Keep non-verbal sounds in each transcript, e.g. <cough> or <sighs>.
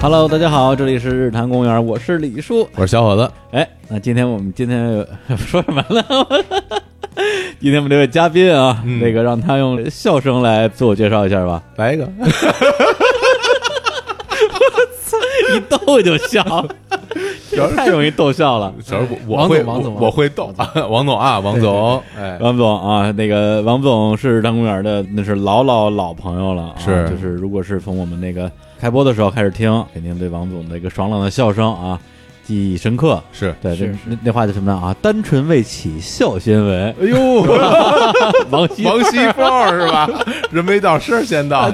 Hello，大家好，这里是日坛公园，我是李叔。我是小伙子，哎，那今天我们今天有说什么呢？ <laughs> 今天我们这位嘉宾啊，嗯这个让他用笑声来自我介绍一下 <laughs> 吧， <laughs> 来一个。一逗就 <laughs> 笑，这太容易逗笑了。主要是我王我会总王总我王总我会逗 <laughs> 王总啊，王总，哎，王总啊，那个王总是日坛公园的，那是老老老朋友了、啊，是就是如果是从我们那个开播的时候开始听，肯定对王总的一个爽朗的笑声啊记忆深刻。是对，这是那那话叫什么呢啊？单纯为起笑先闻，哎呦， <laughs> 王希王熙凤是 <laughs> 吧？人没到，声儿先 <laughs> 到。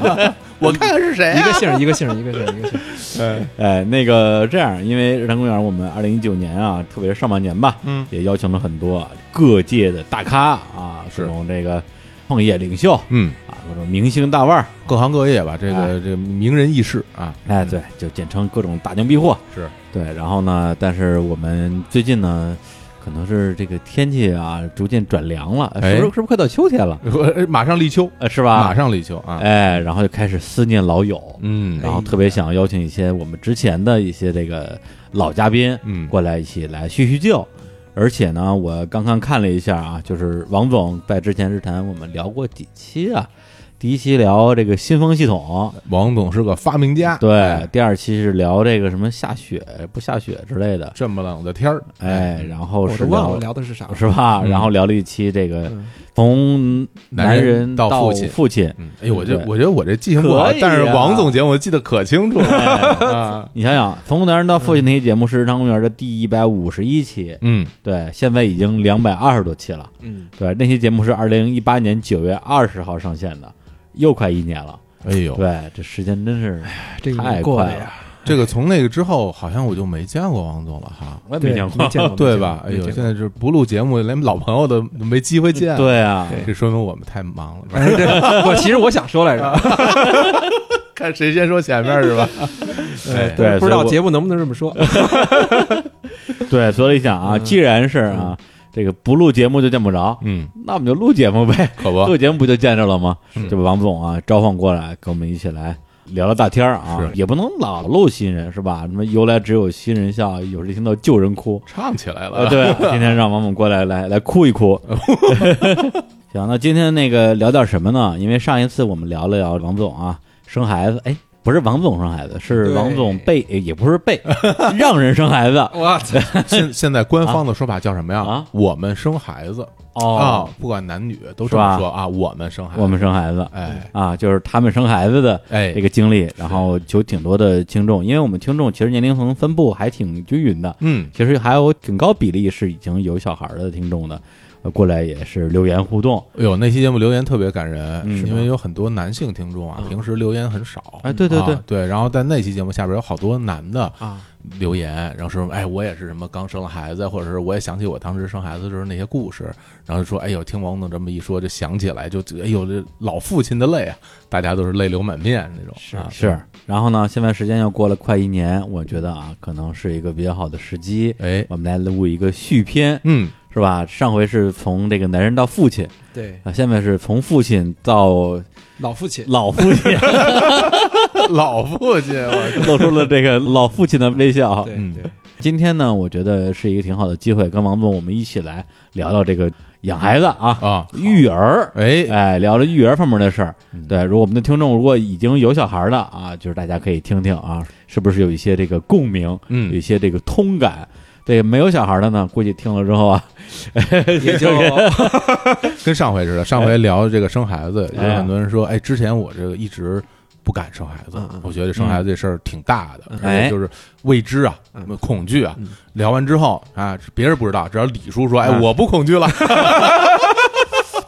我看看是谁啊一个姓儿一个姓儿一个姓儿一个姓儿，哎哎，那个这样，因为日坛公园，我们二零一九年啊，特别是上半年吧，嗯，也邀请了很多各界的大咖啊，是各种这个创业领袖嗯，啊，各种明星大腕儿，各行各业吧，这哎个这个名人轶事啊，哎，对，就简称各种大牛逼货，是对。然后呢，但是我们最近呢，可能是这个天气啊，逐渐转凉了，哎是不是是不是快到秋天了？我哎马上立秋，呃，是吧马？上立秋啊，哎，然后就开始思念老友，嗯然后特别想邀请一些我们之前的一些这个老嘉宾，嗯过来一起来叙叙旧。而且呢，我刚刚看了一下啊，就是王总在之前日坛我们聊过几期啊，第一期聊这个新风系统，王总是个发明家，对哎，，第二期是聊这个什么下雪不下雪之类的，这么冷的天儿，哎，然后我是都忘聊了聊的是啥了。是吧？嗯然后聊了一期这个嗯从男人人到父父亲亲嗯，哎呦，我这对我觉得我这记性不好可以啊，但是王总节目我记得可清楚了 <laughs> 啊，你想想，从男人到父亲那期节目是日常公园的第一百五十一期，嗯，对，现在已经两百二十多期了。嗯，对，那期节目是二零一八年九月二十号上线的，又快一年了。哎呦，对，这时间真哎是这个太你过快来了呀，，这个从那个之后，好像我就没见过王总了哈。我也对没见没过。见过，对吧？哎没呦，见现过在就是不录节目，连老朋友都没机会见。，对啊，对这说明我们太忙了。哎，对，我其实我想说来着， <laughs> 看谁先说前面 <laughs> 是吧？哎，对不知所以道我节目能不能这么 <laughs> 说。对，所以想啊，嗯既然是啊，这个不录节目就见不着，嗯，那我们就录节目呗。可录不，节目不就见着了吗？是就把王总啊召唤过来，跟我们一起来聊聊大天儿啊，是也不能老录新人是吧？什么由来只有新人笑，有时听到旧人哭。唱起来呃，了。对，今天让王猛过来来来哭一 <laughs> 哭。行，那今天那个聊点什么呢？因为上一次我们聊了聊王总啊生孩子，哎，不是王总生孩子，是对王总被呃也不是 <laughs> 被让人生孩子我操， <laughs> 现现在官方的说法叫什么呀啊？我们生孩子啊哦，，不管男女都是这吧么说啊。我们生孩我子，们生孩子哎啊，就是他们生孩子的哎这，个经历，然后有挺多的听众，因为我们听众其实年龄层分布还挺均匀的，嗯，其实还有挺高比例是已经有小孩儿的听众的，呃过来也是留言互动。哎呦，那期节目留言特别感嗯人，是嗯因吗为有很多男性听众啊，平时留言很少。哎，对对对啊，对，然后在那期节目下边有好多男的啊留言，然后说，哎，我也是什么刚生了孩子，或者是我也想起我当时生孩子的时候那些故事，然后说，哎呦，听王总这么一说，就想起来，就哎呦，这老父亲的泪啊，大家都是泪流满面那种。是啊是，然后呢，现在时间又过了快一年，我觉得啊，可能是一个比较好的时机，哎，我们来录一个续篇，嗯，是吧？上回是从这个男人到父亲对，啊，下面是从父亲到老父亲，老父亲，老父亲，我 <laughs> 露出了这个老父亲的微笑。 <laughs> 对嗯对，今天呢，我觉得是一个挺好的机会，跟王总我们一起来聊聊这个养孩子啊，啊，育儿。哎，哎，聊聊育儿方面的事儿。嗯对，如果我们的听众如果已经有小孩儿的啊，就是大家可以听听啊，是不是有一些这个共鸣？有一嗯，些这个通感。对，没有小孩 <laughs> 的呢，估计听了之后啊， <laughs> 也 <laughs> 就跟上回似的，上回聊这个生孩子，有哎很多人说，哎，之前我这个一直。不敢生孩子嗯嗯，我觉得生孩子这事儿挺大的，嗯而且就是未知啊嗯，恐惧啊嗯。聊完之后啊，别人不知道，只要李叔说，哎，嗯我不恐惧 <laughs> 了，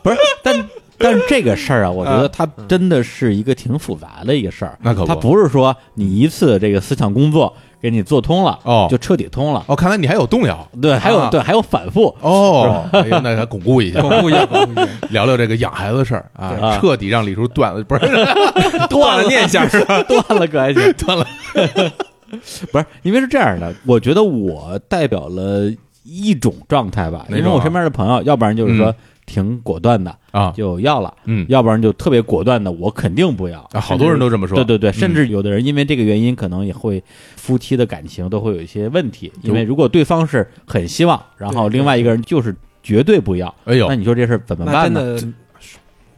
不是，但但是这个事儿啊，我觉得啊它真的是一个挺复杂的一个事儿。那可不它不是说你一次这个思想工作给你做通了，哦就彻底通了。哦，看来你还有动摇对，还有、啊对，还有反复。哦。哎呦，那还巩固 <laughs> 一下，巩固一下，巩固一下，聊聊这个养孩子的事儿对啊啊， <laughs> 彻底让李叔断了，不 <laughs> 是断了念想是吧？断了可还 <laughs> 行，断了。不是因为是这样的，我觉得我代表了一种状态吧。因哪种啊为我身边的朋友，要不然就是说嗯挺果断的啊，就要了，嗯要不然就特别果断的我肯定不要。啊，好多人都这么说，对对对，嗯甚至有的人因为这个原因，可能也会夫妻的感情都会有一些问题。因为如果对方是很希望，然后另外一个人就是绝对不要，哎呦那，你说这事儿怎么那办真呢？的说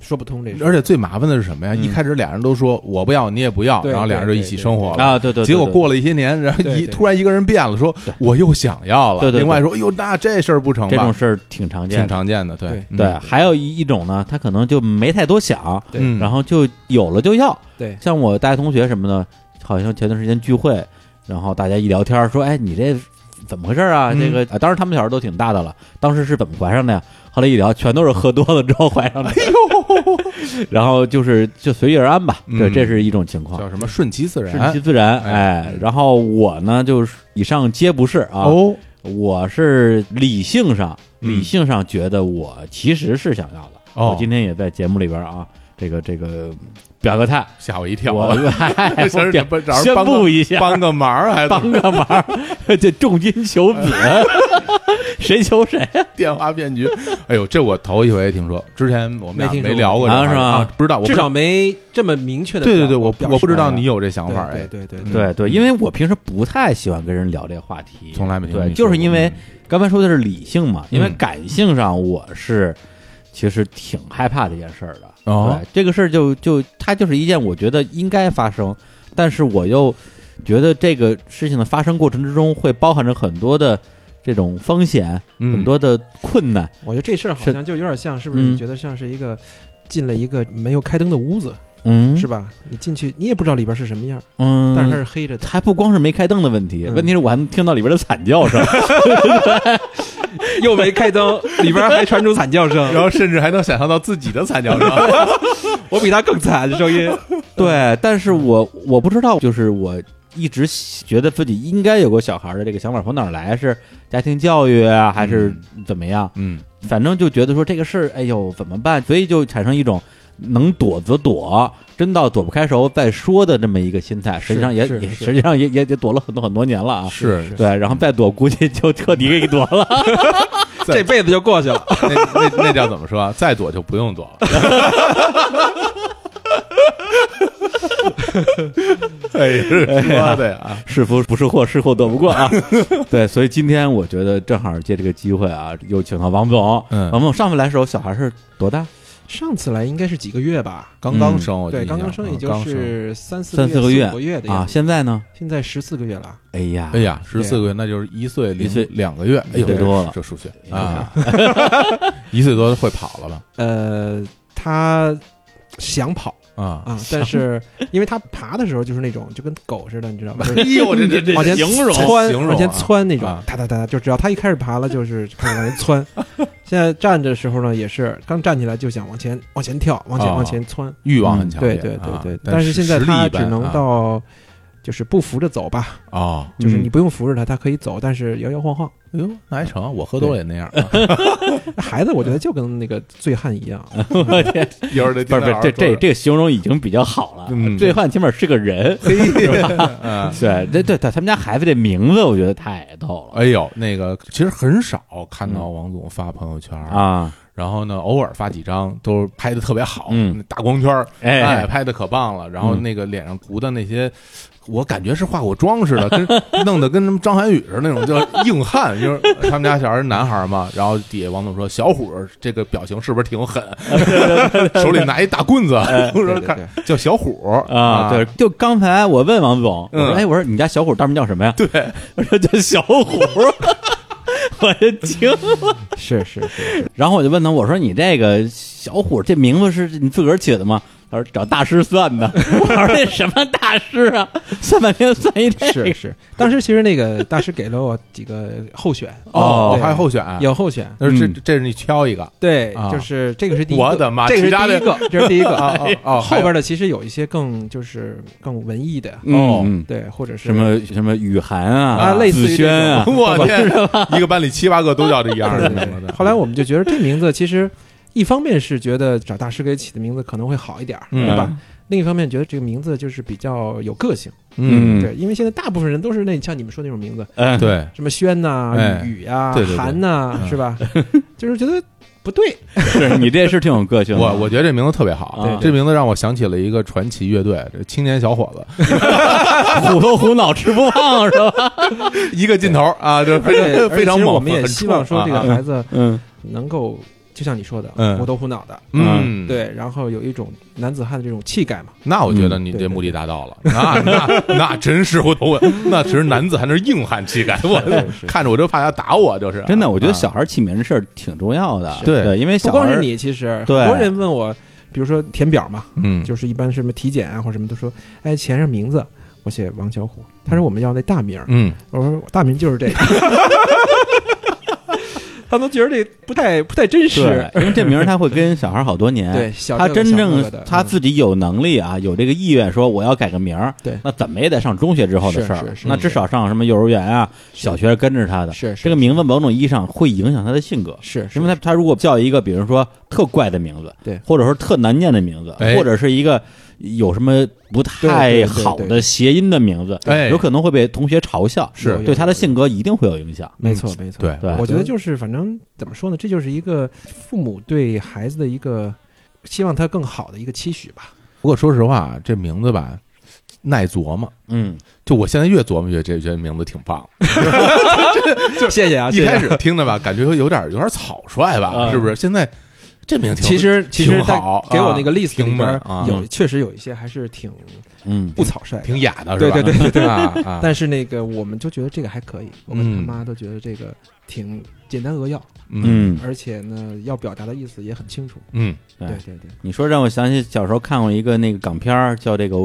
说不通这事。而且最麻烦的是什么呀？嗯一开始俩人都说我不要，你也不要，对然后俩人就一起生活了。啊，对对，对结果对过了一些年，然后对一对突然一个人变了，说对我又想要了。对对对另外说，哎呦，那这事儿不成这种吧？事儿挺常见挺的。常见的，对对嗯对，啊还有一一种呢，他可能就没太多想，对嗯，然后就有了就要。对像我大学同学什么的，好像前段时间聚会，然后大家一聊天儿说：“哎，你这怎么回事儿啊？嗯这个、啊，当时他们小时候都挺大的了，当时是怎么怀上的呀？”后来一聊，全都是喝多了之后怀上的。哎呦， <laughs> 然后就是就随遇而安吧，嗯对，这是一种情况，叫什么顺其自顺然其自然。哎哎，然后我呢，就是以上皆不是啊。哦，我是理性上，嗯理性上觉得我其实是想要的。哦我今天也在节目里边啊，这个这个表个态，吓我一跳，我 <laughs> 这事儿表不找人宣帮布个一下，帮个忙，还帮个忙， <laughs> 这重金求子， <laughs> 谁求谁？电话骗局。哎呦，这我头一回听说，之前我们俩没听说没聊过这啊玩意儿是吗啊，不知道，我不至知少道。没这么明确的。对对对，我表我不知示道你有这想法，对哎，对对嗯对，对对，因为我平时不太喜欢跟人聊这话题，从来没听对，你说就是过因为嗯刚才说的是理性嘛，因为嗯感性上我是其实挺害怕这件事儿的。哦对，这个事儿就就它就是一件我觉得应该发生，但是我又觉得这个事情的发生过程之中会包含着很多的这种风险，嗯很多的困难。我觉得这事儿好是像就有点像，是不是？嗯你觉得像是一个进了一个没有开灯的屋子，嗯是吧？你进去，你也不知道里边是什么样，嗯，但是它是黑着的，还不光是没开灯的问题，嗯问题是我还能听到里边的惨叫 <laughs> 声。 <laughs> 又没开 <laughs> 灯，里边还传出惨叫然声，后甚至还能想象到自己的惨叫 <laughs> 声，我比他更惨，这声 <laughs> 音。对，但是我我不知道，就是我一直觉得自己应该有个小孩的这个想法从哪儿来，是家庭教育啊，还是怎么样？嗯，反正就觉得说这个事儿，哎呦怎么办？所以就产生一种能躲则躲，真到躲不开时候再说的这么一个心态。实际上也是也是实际上也也也躲了很多很多年了啊。是是对，然后再躲，估计就彻底给躲了。在这辈子就过去了。那那那叫怎么说啊？ <laughs> 再躲就不用躲了。 <laughs> 哎，是说的呀，是福不是祸，是祸躲不过 <laughs> 啊。对，所以今天我觉得正好借这个机会啊，又请到王总。嗯王总上回来的时候，小孩是多大？上次来应该是几个月吧？刚嗯刚生，我对，印象刚刚生，也就嗯刚生是三四三四个月、月四五个月的啊样，子。现在呢？现在十四个月了，哎呀， <laughs> 哎呀，十四个月，那就是一岁一岁零两个月，哎呦，一岁多这了这数学哎呀啊，一岁多会跑了吧？呃，他想跑 <laughs> 啊，啊，但是因为他爬的时候就是那种就跟狗似的，你知 <laughs> 道吗？就是呦，这这这往前窜，形容啊往前窜那种啊，哒哒哒，就只要他一开始爬了，就是 <laughs> 开始往前窜。现在站着的时候呢，也是刚站起来就想往前往前跳，往前啊往前窜。欲望很强对烈，对对啊对，但但是现在实力他一般只能啊到，就是不扶着走吧，哦，就是嗯你不用扶着他，他可以走，但是摇摇晃晃。哎呦，那还成，我喝多了也那样，啊孩子，我觉得就跟那个醉汉一 <laughs> 样，我天，一会儿得不是不是，这这这个形容已经比较好了嗯。醉汉起码是个人，这对对对，他们家孩子这名字我觉得太逗了哎呦，那个其实很少看到王总发朋友圈，嗯啊！然后呢，偶尔发几张，都是拍的特别好，嗯那大光圈儿，哎拍的可棒了。然后嗯那个脸上涂的那些，我感觉是化过妆似的， <laughs> 跟弄得跟什么张涵予似的那种，叫硬汉。就是他们家小孩儿男孩儿嘛，然后底下王总说：“小虎儿这个表情是不是挺狠？ <laughs> 手里拿一大棍子，哎 <laughs> 我说对对看叫小虎儿啊，对，，就刚才我问王总，我说：“嗯哎，我说你家小虎大名叫什么呀？”对，我说叫小虎， <laughs> 我就惊了。是是是，然后我就问他，我说：“你这个小虎这名字是你自个儿起的吗？”他说：“找大师算的。” <laughs> 我说：“这什么大师啊？ <laughs> 算半天算一这是 <laughs> 个。是。当时其实那个大师给了我几个候选，哦，对还有候选，有候选，那这嗯这是你挑一个对啊，就是这个是第一个，我的妈这个是其他第的 <laughs> 一个，这是第一个。啊哦哦，后边的其实有一些更就是更文艺的，哦嗯，对，或者是什么什么雨涵啊，啊类似于子轩啊 <laughs> 这，我天，一个班里七八个都叫这一样的对对名对字。后来我们 <laughs> 就觉得这名字其实。一方面是觉得找大师给起的名字可能会好一点儿，嗯对吧？另一方面觉得这个名字就是比较有个性，嗯对，因为现在大部分人都是那像你们说那种名字， <laughs> 嗯，对，什么轩呐、哎雨呀、对对对韩呐、嗯 <laughs> 是吧？就是觉得不对，是你这是挺有个性的。我我觉得这名字特别好，对对这名字让我想起了一个传奇乐队，这青年小伙子， <laughs> 虎头虎脑吃不胖是吧？一个劲头啊，就是而非且常 <laughs> 非常而且猛，我们也很希望冲说这个啊孩子嗯能够，就像你说的，嗯虎头虎脑的，嗯，，对，然后有一种男子汉的这种气概嘛。那我觉得你嗯这目的达到了，那那那真是我我那只是男子还是硬汉气概，我看着我就怕他打我，就是 <laughs> 真的，我觉得啊小孩起名的事儿挺重要的。对因为不小光孩是儿你，其实很对多人问我，比如说填表嘛，嗯就是一般什么体检啊或者什么，都说哎填上名字，我写王小虎，他说我们要那大名儿，嗯我说我大名就是这个， <laughs> 他都觉得这不太不太真实对，。因为这名儿他会跟小孩儿好多年。对，。小他这个真小那正个的他嗯自己有能力啊，有这个意愿说我要改个名儿，对那怎么也得上中学之后的事是是儿，是那至少上什么幼儿园啊、小学是跟着他的。嗯是这个名字某种意义上会影响他的性格，是是因为他他如果叫一个比如说特怪的名字，对或者说特难念的名字，哎或者是一个有什么不对太对对好对的谐音的名字，哎有可能会被同学嘲笑，是有有对他的有性格一定会有影响。没错没错。对嗯对哎我觉得就是反正怎么说呢，这就是一个父母对孩子的一个希望他更好的一个期许吧。不过说实话，这名字吧耐琢磨。嗯，就我现在越琢磨越觉得这名字挺棒，谢谢啊，一谢谢开始听着吧，感觉有点有点草率吧，嗯是不是？现在这名挺其实其实挺好在给我那个啊 list 里挺边稳儿啊有确实有一些还是挺嗯，不草率的，挺雅的，是对吧？对对对对啊啊！但是那个我们就觉得这个还可以，我跟他嗯妈都觉得这个挺简单扼要，嗯嗯，而且呢要表达的意思也很清楚。嗯对对对对你说让我想起小时候看过一个那个港片儿，叫这个《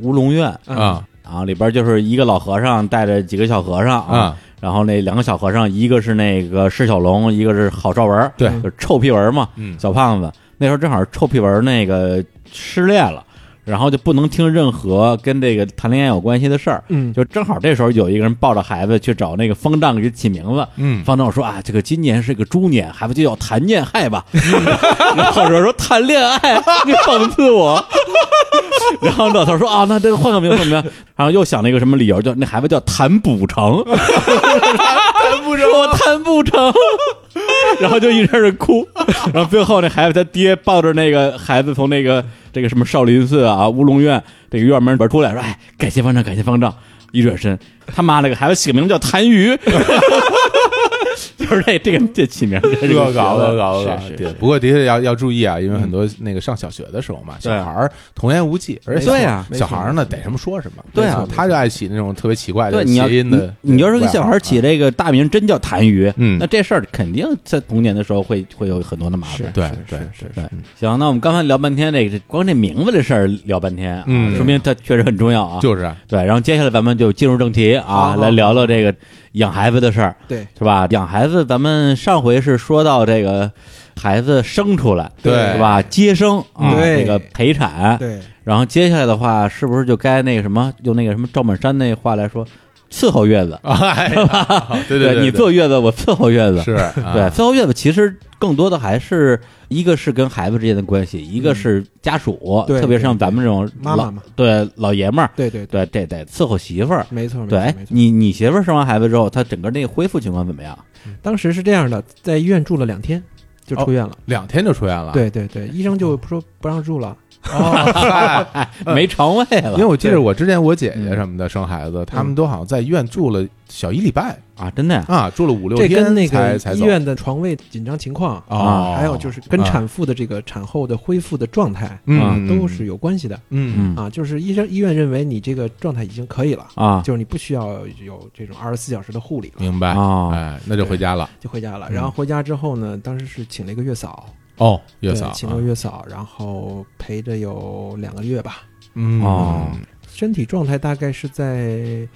乌龙院》嗯啊啊，里边就是一个老和尚带着几个小和尚啊，啊，然后那两个小和尚，一个是那个释小龙，一个是郝邵文，对就臭屁文嘛，嗯小胖子。那时候正好是臭屁文那个失恋了，然后就不能听任何跟这个谈恋爱有关系的事儿。嗯就正好这时候有一个人抱着孩子去找那个方丈给起名字，嗯，方丈说啊，这个今年是个猪年，还不就叫谈恋爱吧？然后说说谈恋爱， <laughs> 你讽刺我。 <laughs> 然后老头说啊，那这换个名字怎么样？然后又想了一个什么理由，叫那孩子叫谭补成，谭补成，我谭不成。然后就一直在那哭，然后最后那孩子他爹抱着那个孩子从那个这个什么少林寺啊乌龙院这个院门里边出来，说哎，感谢方丈，感谢方丈。一转身，他妈那个孩子起个名叫谭鱼， <laughs> 就是这这个这起名真是恶个搞恶搞恶学问搞是，是对。是不过的确要要注意啊，因为很多那个上小学的时候嘛，小对孩儿童言无忌，而且对呀啊，没错小孩儿呢逮什么说什么，对啊没错他就爱起那种特别奇怪对，的你要谐音你的，啊你要是给小孩起这个大名真叫谭鱼，嗯那这事儿肯定在童年的时候会会有很多的麻是烦。对是对是对，行，那我们刚才聊半天这个，光这名字这事儿聊半天啊，嗯说明它确实很重要啊。就是啊 <laughs> 对，然后接下来咱们就进入正题好啊，好来聊聊这个养孩子的事儿，对是吧？养孩子，咱们上回是说到这个孩子生出来，对嗯是吧？接生啊，对这个陪产，对然后接下来的话，是不是就该那个什么，用那个什么赵本山那话来说，伺候月 <laughs> 子？哎呀， <laughs> 对对，你坐月子，我伺候月子。是，对，啊伺候月子其实更多的还是一个是跟孩子之间的关系，一个是家属，嗯对特别像咱们这种妈老妈嘛对老爷们儿，对对对，对，这得伺候媳妇儿。没错没对，错哎没错。你你媳妇儿生完孩子之后，她整个那个恢复情况怎么样？哎当时是这样的，在医院住了两天就哦出院了。两天就出院了，对对对，医生就说不让住了。 <laughs> 哦，嗨哎，没床位 <laughs> 因为了我记得我之前我姐姐什么的生孩子，他们都好像在医院住了小一礼拜啊！真的呀，啊，住了五六嗯这天跟那才个才医走院的床位紧张情况哦还有就是跟产妇的这个产后的恢复的状态，啊嗯都是有关系的嗯嗯啊。就是医生医院认为你这个状态已经可以了，啊就是你不需要有这种二十四小时的护理了，明白哦啊哎，那就回家了就回家了。嗯然后回家之后呢，当时是请了一个月嫂，哦，月对嫂啊请了月嫂，然后陪着有两个月吧，嗯哦身体状态大概是在。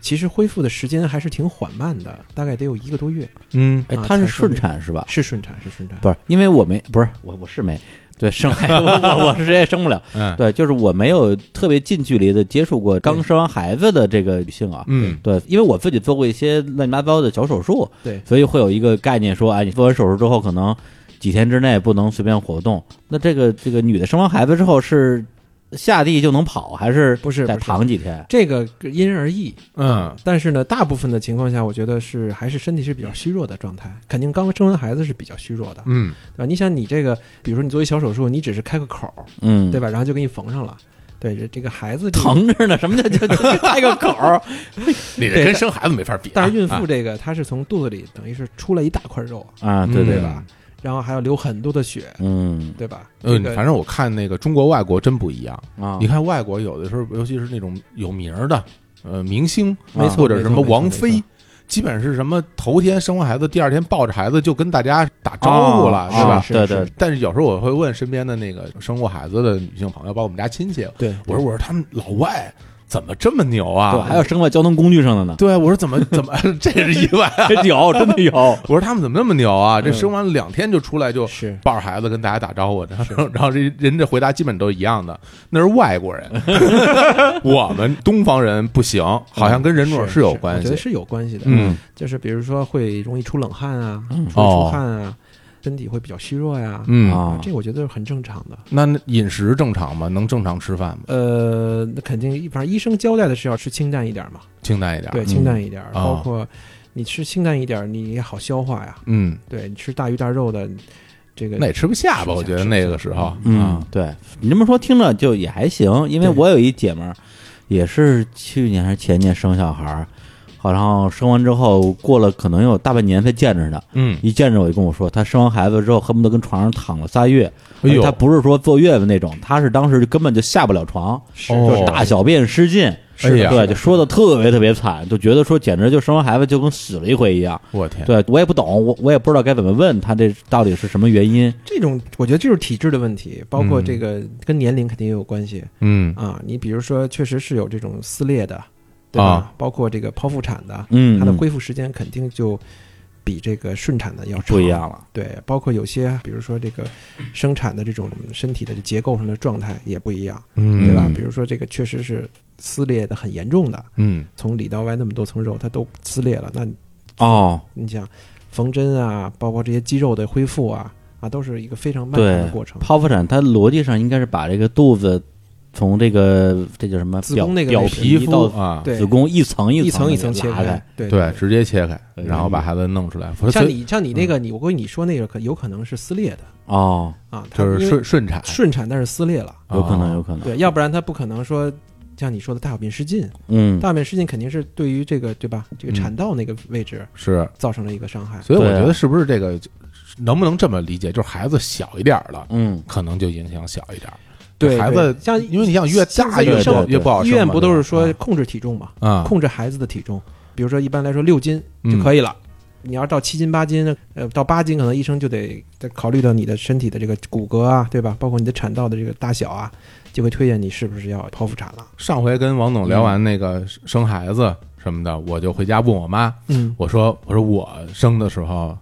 其实恢复的时间还是挺缓慢的，大概得有一个多月。嗯哎啊，她是才生顺的产是吧？啊是顺产，是顺产。不是，因为我没不是我我是没对生孩子， <laughs> 我我是实在生不了。嗯对，就是我没有特别近距离的接触过刚生完孩子的这个女性啊。嗯对，因为我自己做过一些乱七八糟的小手术，对所以会有一个概念说，哎，你做完手术之后，可能几天之内不能随便活动。那这个这个女的生完孩子之后是下地就能跑，还是不是得不是躺几天？这个因人而异，嗯但是呢，大部分的情况下，我觉得是还是身体是比较虚弱的状态，肯定刚生完孩子是比较虚弱的，嗯对吧？你想，你这个，比如说你做一小手术，你只是开个口，嗯，对吧？然后就给你缝上了，对，这这个孩子这个。 <laughs> 疼着呢，什么叫叫叫开个口儿？你这对跟生孩子没法比啊，但是孕妇啊这个，她是从肚子里等于是出了一大块肉，啊，对嗯对对吧？吧？然后还要流很多的血，嗯对吧？嗯，这个反正我看那个中国外国真不一样。啊，你看外国有的时候，尤其是那种有名儿的呃明星，没错或者什么王没菲错，基本是什么头天生完孩子，第二天抱着孩子就跟大家打招呼了，啊是吧？是对对，但是有时候我会问身边的那个生过孩子的女性朋友，包括我们家亲戚，对，我说我说他们老外怎么这么牛对，啊？，还有生在交通工具上的呢 <laughs> 对啊我说怎么怎么这是意外啊？有真的有，我说他们怎么那么牛啊？这嗯生完两天就出来就是抱着孩子跟大家打招呼， <laughs> 然后然后这人这回答基本都一样的，那是外国 <laughs> 人，我们东方人不行，好像跟人种是有是关我觉得系。是有关系的。嗯，哦就是比如说会容易出冷汗啊，嗯容易出汗啊，身体会比较虚弱呀，嗯啊这我觉得是很正常的。那那饮食正常吗？能正常吃饭吗？呃，那肯定，反正医生交代的是要吃清淡一点嘛，清淡一点。对，嗯清淡一点，啊包括你吃清淡一点，你也好消化呀。嗯，对你吃大鱼大肉的，这个那也吃不下吃吧？不我下觉得吃不那下个时候，嗯，对你这么说听着就也还行，因为对我有一姐们儿，也是去年还是前年生小孩儿，好，然后生完之后过了可能有大半年才见着她，嗯，一见着我就跟我说，她生完孩子之后恨不得跟床上躺了仨月，哎呦她不是说坐月子那种，她是当时就根本就下不了床，是哦就是大小便失禁。哎啊呀对，就说的特别特别惨，就觉得说简直就生完孩子就跟死了一回一样。我天，对我也不懂，我我也不知道该怎么问他这到底是什么原因。这种，我觉得就是体质的问题，包括这个跟年龄肯定也有关系嗯啊。你比如说，确实是有这种撕裂的，对吧啊？包括这个剖腹产的，嗯，它的嗯恢复时间肯定就比这个顺产的要长不一。样了。对，包括有些，比如说这个生产的这种身体的结构上的状态也不一样，嗯，对吧？嗯比如说这个确实是撕裂的很严重的，嗯，从里到外那么多层肉，它都撕裂了。那哦，你想缝针啊，包括这些肌肉的恢复啊，啊，都是一个非常漫长对的过程。剖腹产它逻辑上应该是把这个肚子从这个这叫什么子表宫那个表位置皮到啊，对，子宫一层一层层一一层切拉开开。，对对，直接切开，对然后把孩子弄出来。不是像所以你像你那个，你我估计你说那个可有可能是撕裂的哦，啊，它就是因为顺顺产，顺产，但是撕裂了，有可能，啊有可能。对，要不然它不可能说像你说的大小便失禁，嗯，大小便失禁肯定是对于这个对吧，这个产道那个位置是。造成了一个伤害。所以我对啊觉得是不是这个，能不能这么理解？就是孩子小一点儿了，嗯，可能就影响小一点儿。对，孩对子像因为你像越现大在越医不生越不好医生嘛，院不都是说对吧控制体重嘛，啊控制孩子的体重，比如说一般来说六斤就嗯可以了。你要到七斤八斤，呃，到八斤可能医生就得得考虑到你的身体的这个骨骼啊，对吧？包括你的产道的这个大小啊，就会推荐你是不是要剖腹产了。上回跟王总聊完那个生孩子什么的，我就回家问我妈，嗯我说我说我生的时候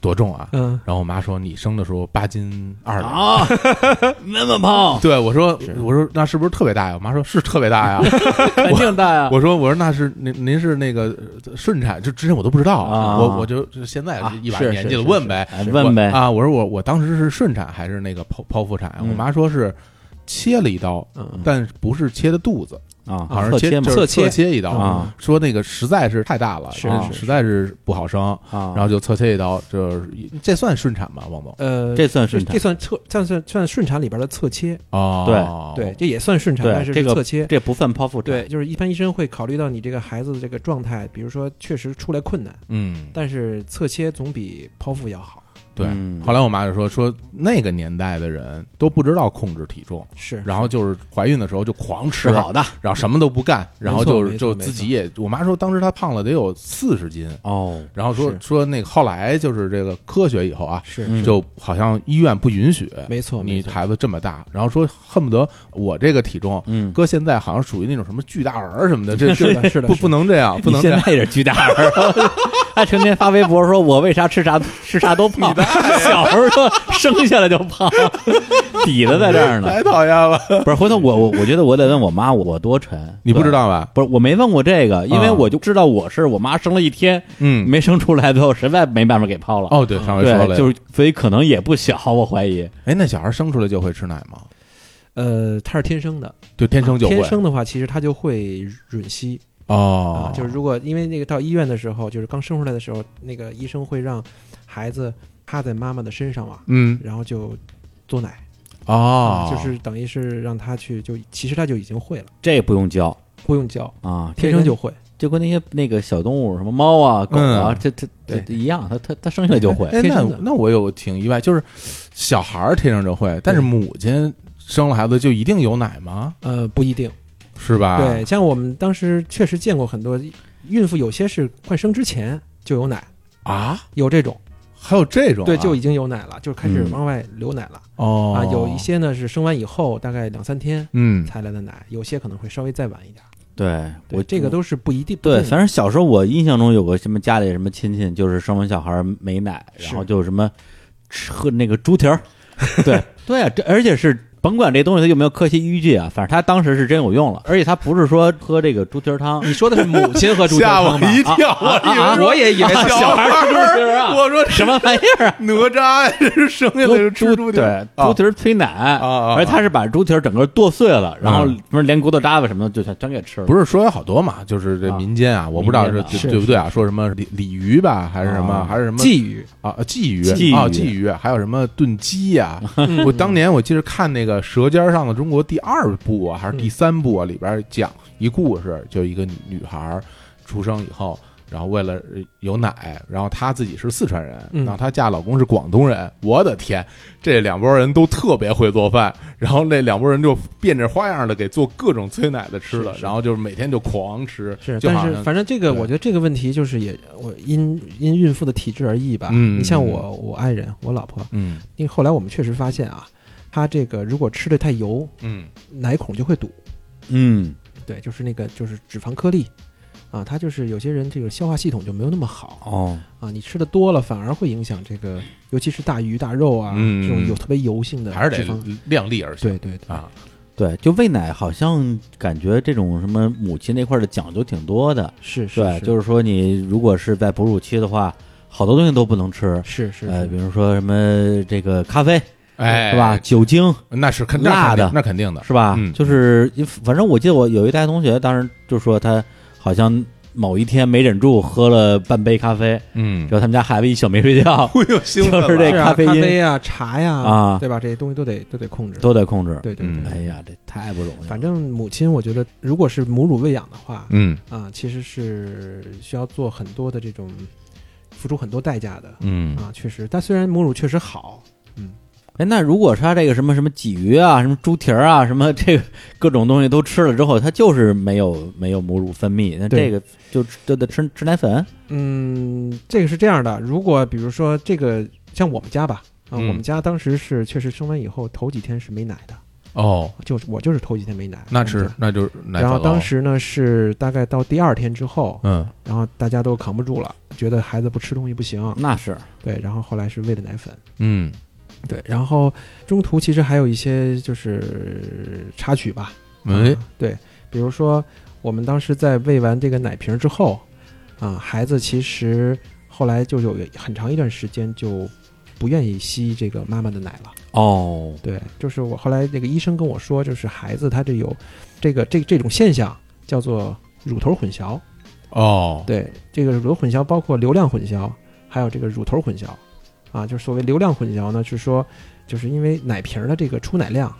多重啊？嗯，然后我妈说你生的时候八斤二两。啊，那么胖，对，我说我说那是不是特 <laughs> 别大呀？我妈说是特别大呀。肯定大呀。我说我说那是您您是那个呃顺产，就之前我都不知道，啊我我就就现在啊一把是年纪是了，是问是呗哎问我呗啊！我说我我当时是顺产还是那个剖剖腹产？嗯我妈说是切了一刀，嗯但不是切的肚子，啊，好像侧是切切嘛就是侧切侧切一刀啊，说那个实在是太大了，是啊是实在是不好生，啊，然后就侧切一刀，就是这算顺产吗？王总呃，这算顺产这。算侧，算算算顺产里边的侧切，哦，对，，这也算顺产，对但是这是个侧切。这不算剖腹产，对，就是一般医生会考虑到你这个孩子的这个状态，比如说确实出来困难，嗯，但是侧切总比剖腹要好。对嗯。后来我妈就说说那个年代的人都不知道控制体重，是，然后就是怀孕的时候就狂吃吃好的然后什么都不干，然后就没是错就没错自己也，我妈说当时她胖了得有四十斤，哦，然后说是说那个后来就是这个科学以后啊，是，嗯就好像医院不允许没错，哦没你错孩子这么大，然后说恨不得我这个体重，嗯，搁现在好像属于那种什么巨大儿什么的， <laughs> 这是这的，是的，不是不的能这样，不能你这现样。在也是巨大儿，啊还成天发微博说我为啥吃啥吃啥都胖， <laughs> 小时候就生下来就胖， <laughs> 底子在这儿呢。 <laughs> 太讨厌 <laughs> 了， <laughs> 不是，回头我我我觉得我得问我妈我我多沉，你不知。道吧？不是，我没问过这个，因为啊我就知道我是我妈生了一天嗯，没生出来，最后实在没办法给抛了。哦，对，上回说了，对，就是 <laughs> 是所以可能也不小，我怀疑。哎，那小孩生出来就会吃奶吗？呃，它是天生的，啊就天生就会天生的话，其实它就会吮吸啊哦，，就是如果因为那个到医院的时候，就是刚生出来的时候，那个医生会让孩子趴在妈妈的身上嘛，嗯然后就嘬奶啊哦，就是等于是让他去就其实他就已经会了，这不用教不用教，啊，天生就会。就跟那些那个小动物，什么猫啊、狗啊，嗯这这这一样，它它它生下来就会。哎，天那生的那我有挺意外，就是小孩儿天生就会，但是母亲生了孩子就一定有奶吗？呃，不一定。是吧？对，像我们当时确实见过很多孕妇，有些是快生之前就有奶， <laughs> 啊，有这种，还有这种啊、对，就已经有奶了，就开始嗯往外流奶了、哦啊。有一些呢是生完以后大概两三天嗯才来的奶，有些可能会稍微再晚一点。对对我这个都是不一定。嗯不对，定反正小时候我印象中有个什么家里什么亲戚，就是生完小孩没奶，然是后就什么吃喝那个猪蹄 <laughs> 儿，对对啊，这而且是甭管这东西它有没有科学依据啊，反正他当时是真有用了，而且他不是说喝这个猪蹄儿 <laughs> 汤你说的是母亲和猪蹄儿吓我汤吧？一跳，我以为我也以为啊，小孩儿吃猪蹄儿啊，我说什么玩意 <laughs> 儿啊？哪吒这是生下来就吃猪蹄儿对，猪蹄啊儿催奶啊啊而且他是把猪蹄儿整个剁碎了，然后嗯不是连骨头渣子什么的就全全给吃了。不是说有好多嘛，就是这啊民间啊，我不知道民这间的对是对不对啊？说什么鲤鲤鱼吧，还是什么，啊还是什么寄语，啊啊鲫鱼鲫鱼啊鲫鱼，还有什么炖鸡呀？嗯 <laughs> 我当年我记得看那个《舌尖上的中国》第二部啊，还是第三部啊，里边讲一故事，就一个女女孩儿出生以后。然后为了呃有奶，然后她自己是四川人，嗯然后她嫁老公是广东人。我的天，这两拨人都特别会做饭，然后那两拨人就变着花样的给做各种催奶的吃的，是是然后就是每天就狂吃，是，就但好是像反正这个，对我觉得这个问题就是也我因因孕妇的体质而异吧。嗯你像我，我爱人，我老婆，嗯因为后来我们确实发现啊，她这个如果吃的太油，嗯奶孔就会堵，嗯，对，就是那个就是脂肪颗粒。啊，她就是有些人这个消化系统就没有那么好哦，啊，你吃的多了反而会影响这个，尤其是大鱼大肉啊，嗯这种有特别油性的还是脂得肪，量力而行嗯对对对，啊，对，就喂奶好像感觉这种什么母亲那块儿的讲究挺多的。是是对，是就是说你如果是在哺乳期的话，好多东西都不能吃。是是呃，是比如说什么这个咖啡哎，是吧？酒精那是肯辣的那肯定的，是吧？嗯就是因反正我记得我有一大学同学，当时就说他好像某一天没忍住喝了半杯咖啡，嗯，结，果他们家孩子一宿没睡觉 <laughs> 我有兴奋了，就是这是啊咖啡因呀、茶呀啊对吧？这些东西都得都得控制。都得控制。对对对，嗯哎呀，这太不容易了。反正母亲，我觉得如果是母乳喂养的话，嗯啊，其实是需要做很多的这种付出很多代价的嗯啊，确实。但虽然母乳确实好，哎，那如果是他这个什么什么鲫鱼啊，什么猪蹄儿啊，什么这个各种东西都吃了之后，他就是没有没有母乳分泌，那这对个就就得吃吃奶粉。嗯，这个是这样的。如果比如说这个像我们家吧，啊，嗯我们家当时是确实生完以后头几天是没奶的，哦，就是我就是头几天没奶，那我是们家。那就是奶嗯然后粉当喽时呢是大概到第二天之后，嗯然后大家都扛不住了，觉得孩子不吃东西不行，那是，对，然后后来是喂的奶粉。嗯对，然后中途其实还有一些就是插曲吧。喂啊对，比如说我们当时在喂完这个奶瓶之后，啊，孩子其实后来就有很长一段时间就不愿意吸这个妈妈的奶了。哦，对，就是我后来那个医生跟我说，就是孩子他这有这个这这种现象叫做乳头混淆。哦，对，这个乳头混淆包括流量混淆，还有这个乳头混淆，啊，就是所谓流量混淆呢，是说就是因为奶瓶儿的这个出奶量，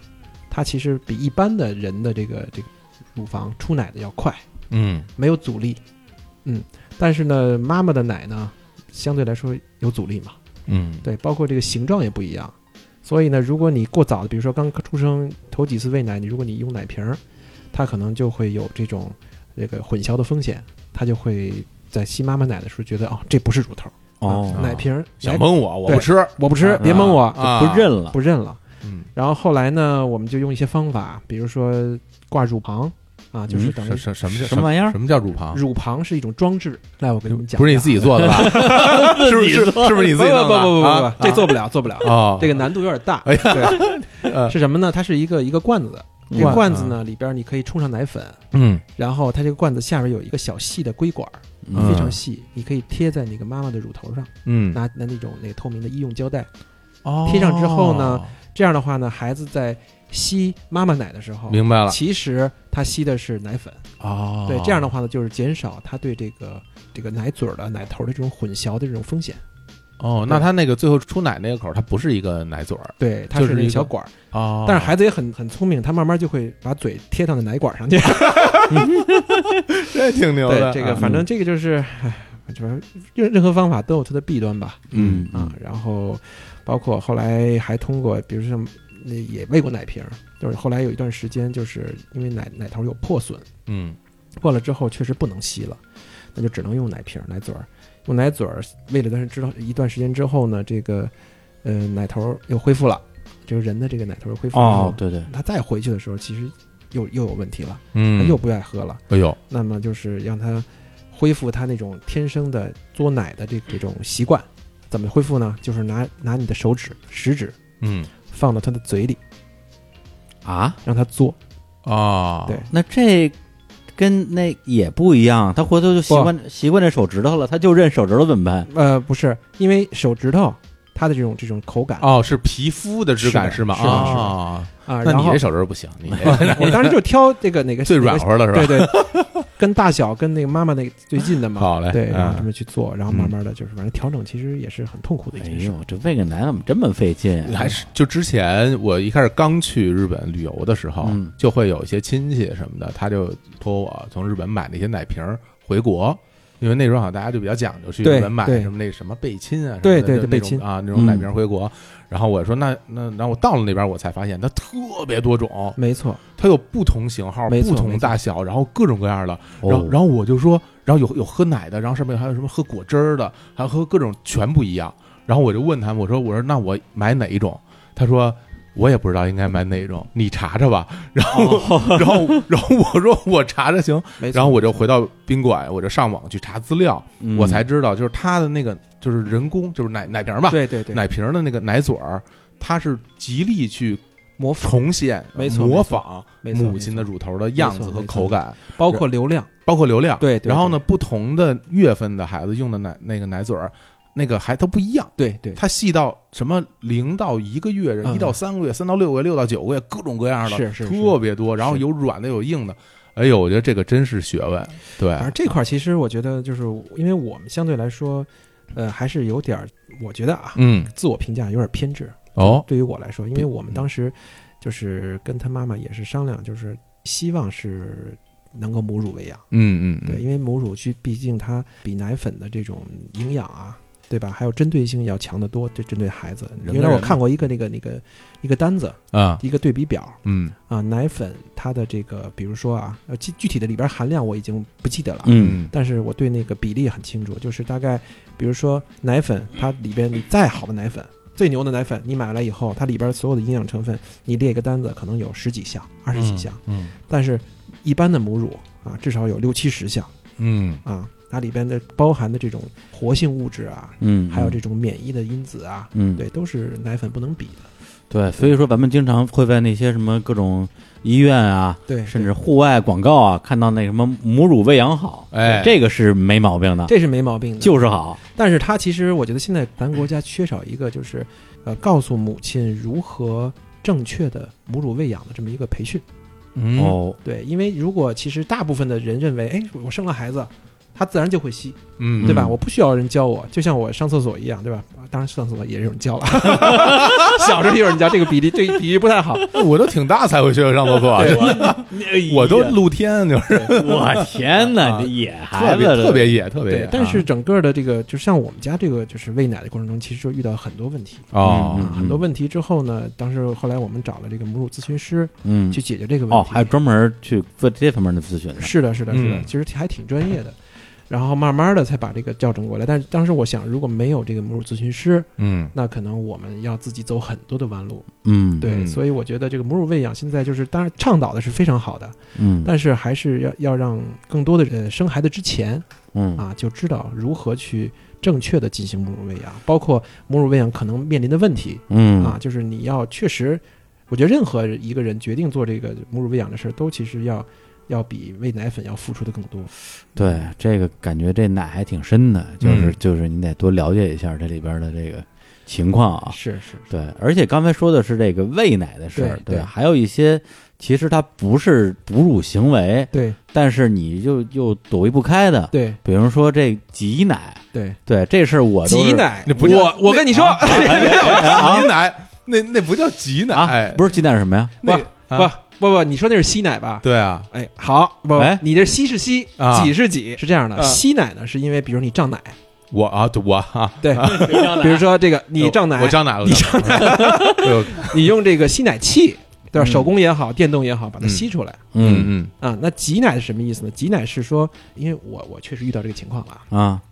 它其实比一般的人的这个这个乳房出奶的要快，嗯没有阻力，嗯，但是呢，妈妈的奶呢，相对来说有阻力嘛，嗯对，包括这个形状也不一样，所以呢，如果你过早的，比如说刚出生头几次喂奶，你如果你用奶瓶儿，它可能就会有这种这个混淆的风险，它就会在吸妈妈奶的时候觉得哦，这不是乳头，哦啊，奶瓶儿想奶蒙我我对嗯不吃我不吃，啊别蒙我，啊，不认了。不认了。嗯然后后来呢，我们就用一些方法，比如说挂乳旁啊，就是嗯等于什什什么叫什么玩意儿什么叫乳旁？乳旁是一种装置，来我给你们讲，不是你自己。做的 <laughs> 吧？是不是是是不是你不自己不不弄的？不不啊不，这做不了，做不了，哦，这个难度有点大。哎呀对，呃 <laughs> 是什么呢？它是一个一个罐子，这个哇罐子呢里边你可以冲上奶粉，嗯然后它这个罐子下边有一个小细的硅管，嗯非常细，你可以贴在那个妈妈的乳头上，嗯，拿拿那种那个透明的医用胶带，哦贴上之后呢这样的话呢，孩子在吸妈妈奶的时候，哦明白了其实它吸的是奶粉。哦对，这样的话呢，就是减少它对这个这个奶嘴儿的奶头儿的这种混淆的这种风险。哦，那他那个最后出奶那个口儿，它不是一个奶嘴儿对，它就是那一个个小管儿，哦但是孩子也很很聪明，他慢慢就会把嘴贴到那奶管上去。 <laughs> 这挺牛对，的，这个啊嗯反正这个就是， <sighs> 唉，就是任任何方法都有它的弊端吧，嗯啊，然后包括后来还通过，比如说那也喂过奶瓶儿，就是后来有一段时间，就是因为奶奶头有破损，嗯破了之后确实不能吸了，那就只能用奶瓶儿、奶嘴儿，用奶嘴儿喂了，但是之后一段时间之后呢，这个呃奶头又恢复了，就是人的这个奶头又恢复了，哦，，对对，他再回去的时候，其实又又有问题了，他嗯，又不爱喝了。哎呦，那么就是让他恢复他那种天生的嘬奶的这这种习惯。怎么恢复呢？就是拿拿你的手指、食指嗯放到他的嘴里，啊，让他嘬。哦，对那这跟那也不一样，他回头就习惯习惯这手指头了，他就认手指头怎么办？呃，不是，因为手指头它的这种这种口感啊、哦，是皮肤的质感是的吗？是的是的啊，那然你后这手指不行，你我当时就挑这个哪 <laughs> 个最软哪和了是个对吧？对， <laughs> 跟大小跟那个妈妈那个最近的嘛。好嘞，对，然后这嗯么去做，然后慢慢的就是，反正调整其实也是很痛苦的一哎件事。呦，这喂个奶怎么这么费劲啊？还是就之前我一开始刚去日本旅游的时候嗯，就会有一些亲戚什么的，他就托我从日本买那些奶瓶儿回国。因为那时候好像大家就比较讲究，去对日本买对什么那什么贝亲啊什么的，对对就对那贝种亲啊那种奶瓶嗯儿回国。然后我说那那，然后我到了那边我才发现它特别多种，没错，它有不同型号、没错不没同错大小，然后各种各样的。哦然后，然后我就说，然后有有喝奶的，然后上面还有什么喝果汁儿的，还有喝各种全不一样。然后我就问他们，我说我说那我买哪一种？他说我也不知道应该买哪一种，你查查吧。然后、然后然后我说我查查行。哦没错。然后我就回到宾馆，我就上网去查资料，嗯嗯我才知道就是它的那个就是人工就是奶奶瓶儿吧，对对对，奶瓶儿的那个奶嘴儿，它是极力去模仿重现、没错模没错仿没错母亲的乳头的样子和口感。包括流量，包括流量。对对然后呢，不同的月份的孩子用的奶那个奶嘴儿，那个还都不一样。对对，它细到什么零到一个月，嗯一到三个月，三到六个月，六到九个月，各种各样的，是是是特别多。然后有软的，有硬的。哎呦，我觉得这个真是学问。对反，正这块儿其实我觉得，就是因为我们相对来说，呃，还是有点儿，我觉得啊，嗯，自我评价有点偏执。哦，对于我来说，因为我们嗯当时就是跟他妈妈也是商量，就是希望是能够母乳喂养，嗯嗯，对，嗯，因为母乳去，毕竟它比奶粉的这种营养啊。对吧？还有针对性要强得多，对针对孩子。人跟原来我人嘛看过一个那个那个一个单子，啊，一个对比表，嗯啊，奶粉它的这个，比如说啊，呃，具具体的里边含量我已经不记得了，啊嗯但是我对那个比例很清楚，就是大概，比如说奶粉，它里边你再好的奶粉，最牛的奶粉，你买来以后，它里边所有的营养成分，你列一个单子，可能有十几项、二十几项，，嗯但是一般的母乳啊，至少有六七十项嗯啊，它里边的包含的这种活性物质啊，嗯，还有这种免疫的因子啊，嗯对，都是奶粉不能比的，对，所以说咱们经常会在那些什么各种医院啊，对，甚至户外广告啊，看到那什么母乳喂养好，哎这个是没毛病的，这是没毛病的，就是好，但是它其实我觉得现在咱国家缺少一个就是，呃，告诉母亲如何正确的母乳喂养的这么一个培训。嗯，哦，对，因为如果其实大部分的人认为，哎，我生了孩子，他自然就会吸，嗯，对吧？嗯我不需要人教我，就像我上厕所一样，对吧？当然上厕所也有人 <laughs> 教了，小时候也有人教，这个比例对比例不太好。那嗯我都挺大才会学会上厕所，啊真的哎我都露天就是 <laughs> 我天哪，啊这野特孩子别特别野，特别对野，。但啊是整个的这个，就像我们家这个，就是喂奶的过程中，其实就遇到很多问题。哦嗯很多问题之后呢，当时后来我们找了这个母乳咨询师嗯去。解决这个问题。哦，还专门去做这方面的咨询呢是的，是的，是的，嗯其实还挺专业的。然后慢慢的才把这个校正过来。但是当时我想，如果没有这个母乳咨询师，嗯那可能我们要自己走很多的弯路。嗯，对，嗯所以我觉得这个母乳喂养现在就是，当然倡导的是非常好的，嗯，但是还是要要让更多的人生孩子之前嗯啊，就知道如何去正确的进行母乳喂养，包括母乳喂养可能面临的问题嗯啊，就是你要确实，我觉得任何一个人决定做这个母乳喂养的事儿，都其实要要比喂奶粉要付出的更多。对，这个感觉这奶还挺深的，就是嗯就是你得多了解一下这里边的这个情况啊。是是，对，而且刚才说的是这个喂奶的事儿，对对还有一些其实它不是哺乳行为，对但是你就又躲避不开的，对比如说这挤奶，对，对，这事儿我都是挤奶那，不叫我我跟你说，挤奶，那那不叫哎挤啊奶，，不是挤奶是什么 <laughs> 呀？那不不啊不不，你说那是吸奶吧？对啊，哎，好，不哎，你这吸是吸啊，挤是挤，是这样的。啊吸奶呢，是因为比如你胀奶，我啊，对我啊，对，比如说这个 <laughs> 你胀奶我，胀奶了，你胀奶，哎呦你用这个吸奶器，对嗯吧？手工也好，电动也好，把它嗯吸出来嗯嗯啊。那挤奶是什么意思呢？挤奶是说，因为我我确实遇到这个情况了啊，啊，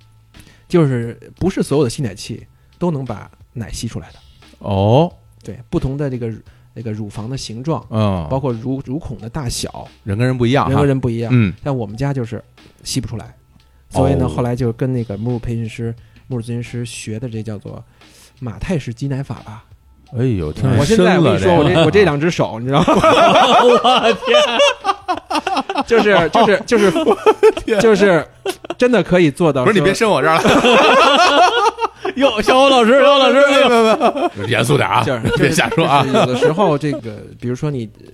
就是不是所有的吸奶器都能把奶吸出来的，嗯，哦，对，不同的这个那个乳房的形状，嗯，包括乳乳孔的大小，人跟人不一样，人跟，人不一样。嗯，但我们家就是吸不出来，所以呢，哦后来就跟那个母乳培训师、母乳咨询师学的这叫做马泰式挤奶法吧。哎呦，听着我现深在我跟了，你说，我啊这我这两只手，你知道吗？ <laughs> <laughs> 我天，就是就是就是就是，真的可以做到。不是你别说伸我这儿了， <laughs> 哟，小欧老师，小欧老师，哎呦严肃点啊 <laughs> 就是，就是别瞎说啊就是，有的时候这个，比如说你呃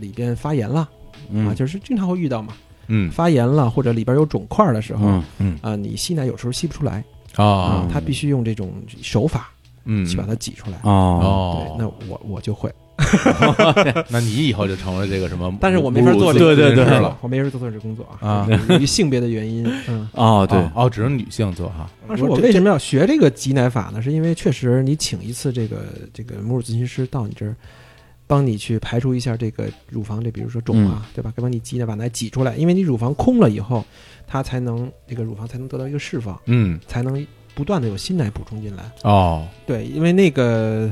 里边发炎了啊，嗯就是经常会遇到嘛，嗯发炎了或者里边有肿块的时候嗯嗯啊，你吸奶有时候吸不出来啊啊，它必须用这种手法嗯去把它挤出来。哦，对，那哦，我我就会，那那你以后就成了这个什么，但是我没法做这个对对对对是了我没人做这工作啊，由于性别的原因， <laughs> 嗯。哦，对哦，哦，只能女性做哈，当时我为什么要学这个挤奶法呢？是因为确实你请一次这个这个母乳咨询师到你这儿，帮你去排除一下这个乳房这，比如说肿啊，对吧？该帮你挤奶，把奶挤出来，因为你乳房空了以后，它才能这个乳房才能得到一个释放，嗯，才能不断的有新奶补充进来。哦，对，因为那个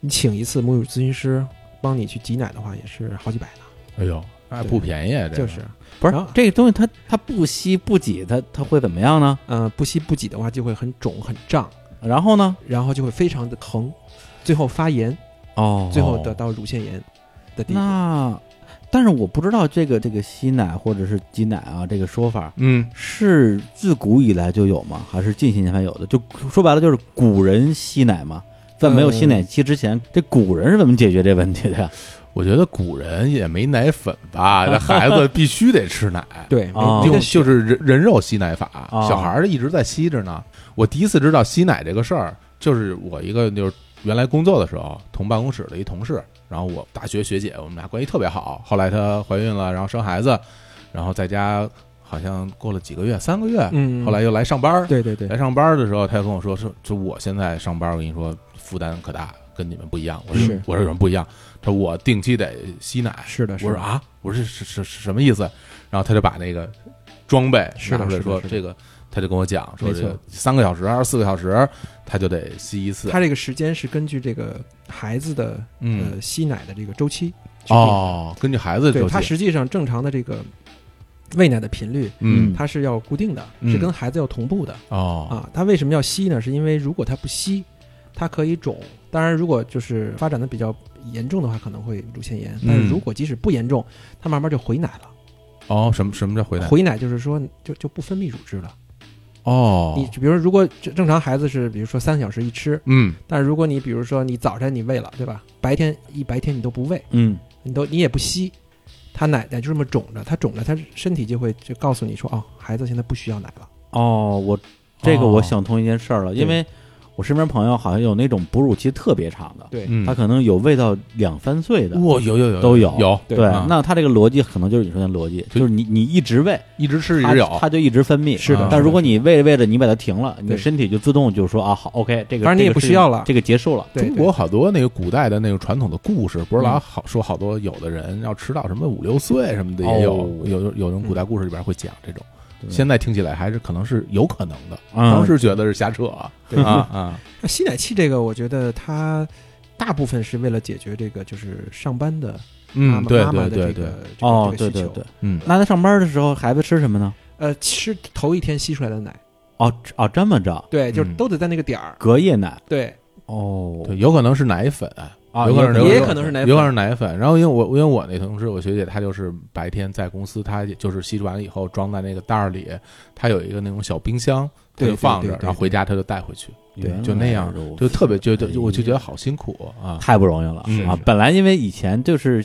你请一次母乳咨询师帮你去挤奶的话，也是好几百呢，哎呦，哎，对不便宜啊，这个就是。不是然后这个东西它，它不吸不挤，它它会怎么样呢？呃，不吸不挤的话就会很肿很胀，然后呢？然后就会非常的疼，最后发炎，哦，最后得到乳腺炎的地步。那，但是我不知道这个这个吸奶或者是挤奶啊这个说法嗯，是自古以来就有吗？还是近些年才有的？就说白了就是古人吸奶嘛，在没有吸奶期之前，这古人是怎么解决这问题的呀？我觉得古人也没奶粉 <laughs> 吧，这孩子必须得吃奶。对，啊用没没 <laughs> 得选就是人人肉吸奶法，啊小孩儿一直在吸着呢。我第一次知道吸奶这个事儿，就是我一个就是原来工作的时候同办公室的一同事，然后我大学学姐，我们俩关系特别好。后来她怀孕了，然后生孩子，然后在家好像过了几个月，三个月，嗯，后来又哎来上班儿。对对对来，上班儿的时候，她就跟我说：“说说我现在上班儿，我跟你说负担可大，跟你们不一样。”我说是：“我说有什么不一样？”她说：“我定期得吸奶。”是的，是我说的，啊，我说是是是什么意思？然后他就把那个装备是拿的出来是的说，是的这个他就跟我讲说，没这个错三个小时、二十四个小时，他就得吸一次。它这个时间是根据这个孩子的嗯呃吸奶的这个周期去定的，哦，根据孩子的呃对，周它期，实际上正常的这个喂奶的频率，嗯嗯它是要固定的，嗯是跟孩子要同步的哦啊。它为什么要吸呢？是因为如果它不吸，它可以肿。当然，如果就是发展的比较严重的话，可能会乳腺炎。但是嗯如果即使不严重，它慢慢就回奶了。哦，什么什么叫回奶？回奶就是说就就不分泌乳汁了。你哦，比如说如果正正常孩子是比如说三个小时一吃，嗯但是如果你比如说你早晨你喂了，对吧？白天一白天你都不喂，嗯，你都你也不吸，他奶奶就这么肿着，他肿着，他身体就会就告诉你说，哦，孩子现在不需要奶了。哦，我这个我想通一件事儿了，因为我身边朋友好像有那种哺乳期特别长的，对嗯，他可能有喂到两三岁的。哇，有有有都有有有，对，啊那他这个逻辑可能就是你说的逻辑，就是你你一直喂，一直吃一它直有，它就一直分泌。啊是的但是如果的你喂着喂着，你把它停了，你的对身体就自动就说啊，好，OK，这个反正你这也个不事需情要了这个结束了。对中国好多那个古代的那个传统的故事，不是老好说好多有的人要吃到什么五六岁什么的，也有哦有有人古代故事里边会讲这种。对现在听起来还是可能是有可能的，嗯当时觉得是瞎扯啊对啊 <laughs> 啊！那吸奶器这个，我觉得它大部分是为了解决这个就是上班的妈嗯，妈对妈妈对的这对对，个这哦个，对这个需对求对。。嗯，那他上班的时候，孩子吃什么呢？呃，吃头一天吸出来的奶，哦哦，这么着，对，就是嗯都得在那个点儿。隔夜奶对，哦，对，有可能是奶粉，啊，有可能也有可能是奶有可能粉，是奶粉。然后因为我因为我那同事我学姐她就是白天在公司，她就是吸完了以后装在那个袋儿里，她有一个那种小冰箱，她对就放着，对对对然后回家她就带回去，原来就那样如，此就特别就就哎就我就觉得好辛苦啊。太不容易了、嗯啊是！本来因为以前就是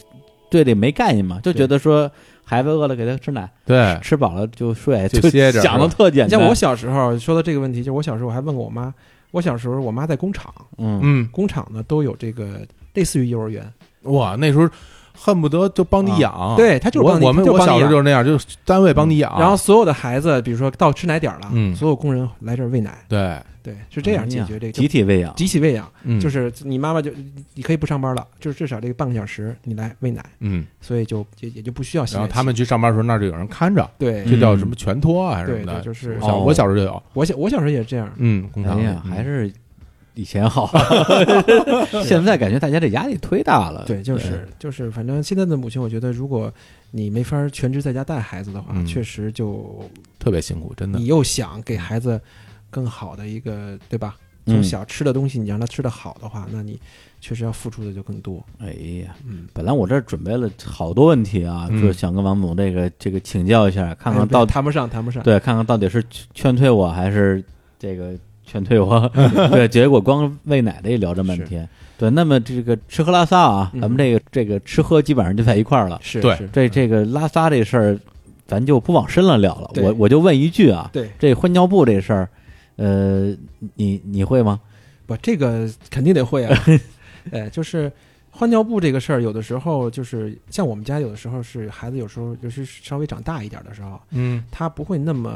对这没概念嘛，就觉得说孩子饿了给他吃奶，对，吃饱了就睡，就歇着想的是吧特简你单。像我小时候说到这个问题，就是我小时候我还问过我妈，我小时候我妈在工厂，嗯，嗯，工厂呢都有这个类似于幼儿园，哇，那时候恨不得就帮你养，对她就是哦啊我帮你我们就是我帮你小时候养嗯就是那样，就是单位帮你养，然后所有的孩子，比如说到吃奶点儿了，嗯所有工人来这儿喂奶，对，对，是这样哎解呀决这个集体喂养，集体喂养，嗯，就是你妈妈就你可以不上班了，就是至少这个半个小时你来喂奶，嗯，所以就也也就不需要洗然后奶器。他们去上班的时候，那儿就有人看着，对，嗯这叫什么全托啊还是对什么对，的，就是我小哦我小时候就有，我小我小时候也是这样，嗯，工厂哎里呀，嗯还是以前好。 <laughs> 现在感觉大家这压力忒大了。对，就是就是，反正现在的母亲，我觉得如果你没法全职在家带孩子的话，嗯确实就特别辛苦，真的你。又想给孩子更好的一个，对吧？嗯从小吃的东西，你让他吃的好的话，那你确实要付出的就更多。哎呀，嗯，本来我这儿准备了好多问题啊，嗯就是想跟王总这个这个请教一下，看哎看不到底谈不上，谈不上。对，看看到底是劝劝退我还是这个劝退我？对，结果光喂奶这聊这半是天。对，那么这个吃喝拉撒啊，咱们嗯这个这个吃喝基本上就在一块儿了。是，对是嗯这这个拉撒这事儿，咱就不往深了聊了。对我我就问一句啊，对，这换尿布这事儿，呃，你你会吗？不，这个肯定得 <laughs> 会啊。呃，就是换尿布这个事儿，有的时候就是像我们家，有的时候是孩子，有时候尤其是稍微长大一点的时候，嗯，他不会那么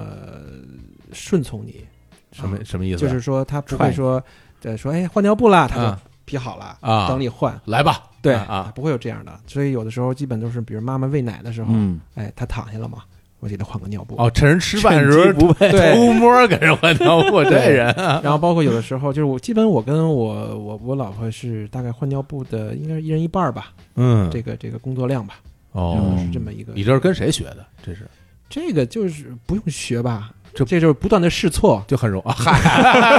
顺从你，什么啊什么意思？就是说他不踹会你说，呃，说哎换尿布啦，他就啊披好了啊等你换，来吧，对啊，不会有这样的。所以有的时候基本都是，比如妈妈喂奶的时候，嗯，哎，他躺下了嘛，我给他换个尿布。哦，趁人吃饭的趁时候机 <laughs> 不配，对偷摸给人换尿布，这人啊，然后包括有的时候就是我，基本我跟我我我老婆是大概换尿布的，应该是一人一半儿吧，嗯，这个这嗯个工作量吧，哦，是这么一个。你这是跟谁学的？这是这个就是不用学吧，这这就是不断的 <laughs> 试错，就很容啊，嗨，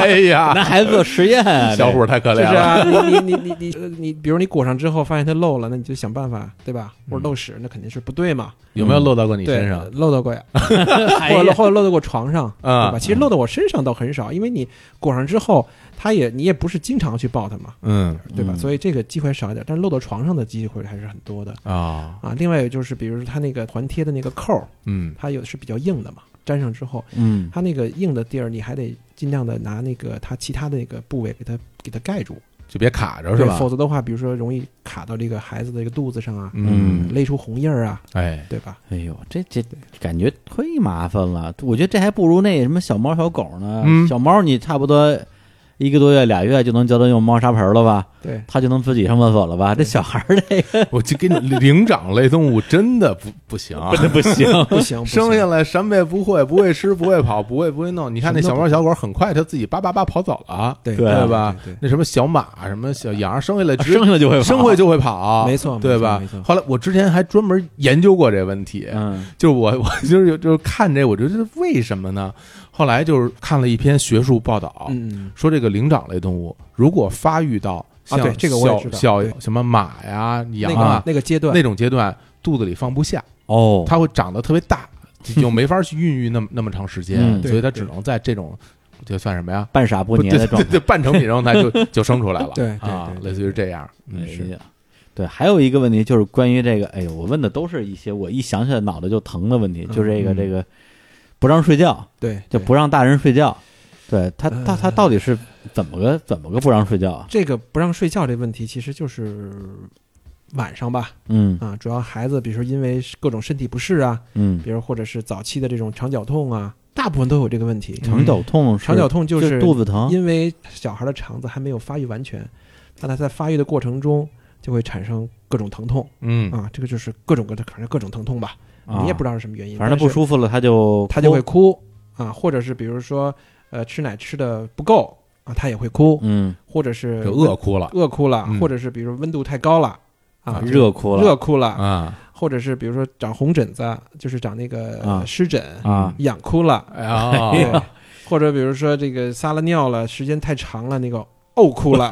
哎 <laughs> 呀，拿孩子做实验啊， <laughs> 小伙伙儿太可就怜是了，啊，你你你你你你，比如你裹上之后发现它漏了，那你就想办法，对吧？嗯或者漏屎，那肯定是不对嘛。有没有漏到过你对身上，？漏到过呀，哎或呀者漏或者漏到过床上，啊对吧？其实漏到我身上倒很少，因为你裹上之后，它也你也不是经常去抱它嘛，嗯对吧？嗯所以这个机会少一点，但是漏到床上的机会还是很多的啊，啊。另外有就是，比如说它那个环贴的那个扣儿，嗯它有是比较硬的嘛，粘上之后，嗯，它那个硬的地儿，你还得尽量的拿那个它其他的那个部位给它给它盖住，就别卡着是对吧？否则的话，比如说容易卡到这个孩子的这个肚子上啊，嗯，勒出红印儿啊，哎，对吧？哎呦，这这感觉忒麻烦了。我觉得这还不如那什么小猫小狗呢。嗯小猫你差不多一个多月俩月就能教它用猫砂盆了吧？ <laughs> 对，它就能自己上厕所了吧？这小孩儿这个我就给你灵长类动物 <laughs> 真的不不行啊。不行。不行，不行生下来什么也不会，不会吃，不会跑，不会不会弄。你看那什小么都猫小狗，很快它自己叭叭叭跑走了，对对啊对吧对对？那什么小马、什么小羊，生下来 <laughs> 直生下来就会跑生会就会跑，啊没错对吧没错没？错后来我之前还专门研究过这个问题，嗯就是我我就是有就是看这，我觉得为什么呢？后来就是看了一篇学术报道，嗯，说这个灵长类动物如果发育到像啊对这个我也知小道小对什么马呀、那羊个啊那个阶段那，种阶段，肚子里放不下，哦，它会长得特别大，就没法去孕育那么那么长时间，嗯所以它只能在这种就算什么呀？半傻不不黏对的状对态。对，半成品状态就 <laughs> 就生出来了，对对啊，对类似于这样，嗯哎呀，对，还有一个问题就是关于这个，哎呦，我问的都是一些我一想起来脑袋就疼的问题，就这个嗯这个不让睡觉，对，就对不让大人睡觉。对他，他他呃到底是怎么个怎么个不让睡觉啊？这个不让睡觉这问题，其实就是晚上吧，嗯啊，主要孩子，比如说因为各种身体不适啊，嗯，比如或者是早期的这种肠绞痛啊，大部分都有这个问题。肠绞痛是，肠绞痛嗯就就是肚子疼，因为小孩的肠子还没有发育完全，那他在发育的过程中就会产生各种疼痛嗯啊，这个就是各种各反正各种疼痛吧，你也不知知道是什么原因，啊反正他不服舒服了，他就他就会哭哭啊，或者是比如说呃吃奶吃的不够啊，他也会哭，嗯或者是就饿哭了饿哭了，嗯或者是比如温度太高了啊，就热哭了热哭了， <laughs> 啊或者是比如说长红疹子，就是长那啊个湿疹，啊痒 <laughs> 哭了，啊哎对，或者比如说这个撒了尿了，时间太长了，那个呕哭了，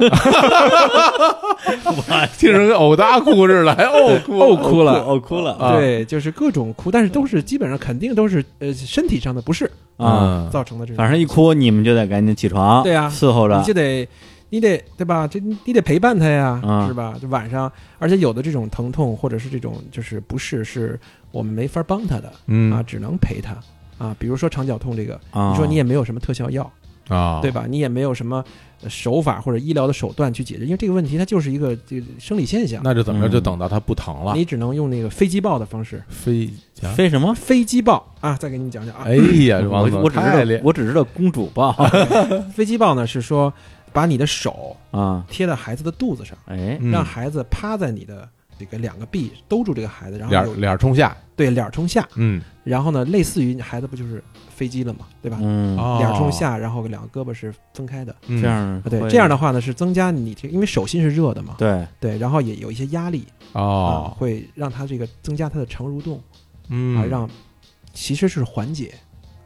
<laughs> 听着跟呕大哭似的，还呕哭，呕嗯哭了，我哭了啊对，就是各种哭，但是都是基本上肯定都是呃身体上的不适啊！嗯造成的这种反，正一哭你们就得赶紧起床，对啊伺候着你就得你得对吧？这你得陪伴他呀，啊是吧？就晚上，而且有的这种疼痛或者是这种就是不适，是我们没法帮他的嗯啊，只能陪他啊。比如说肠绞痛这个，啊。你说你也没有什么特效药，啊，对吧？你也没有什么呃手法或者医疗的手段去解决，因为这个问题它就是一个这个生理现象，那就怎么着？嗯就等到它不疼了，你只能用那个非击爆的方式。飞啊飞什么？非击爆啊！再给你们讲讲啊，哎呀，我王总我只太知厉道我只知道公主抱 <laughs> 非击爆呢是说把你的手啊，贴在孩子的肚子上，哎，嗯让孩子趴在你的这个两个臂兜住这个孩子，然后脸有脸儿冲下，对脸儿冲下，嗯，然后呢，类似于孩子不就是飞机了嘛，对吧？嗯，哦脸儿冲下，然后两个胳膊是分开的。这这样啊，对会，这样的话呢是增加你这，因为手心是热的嘛，对，对，然后也有一些压力啊，哦，会让他这个增加他的肠蠕动啊，嗯，让其实是缓解，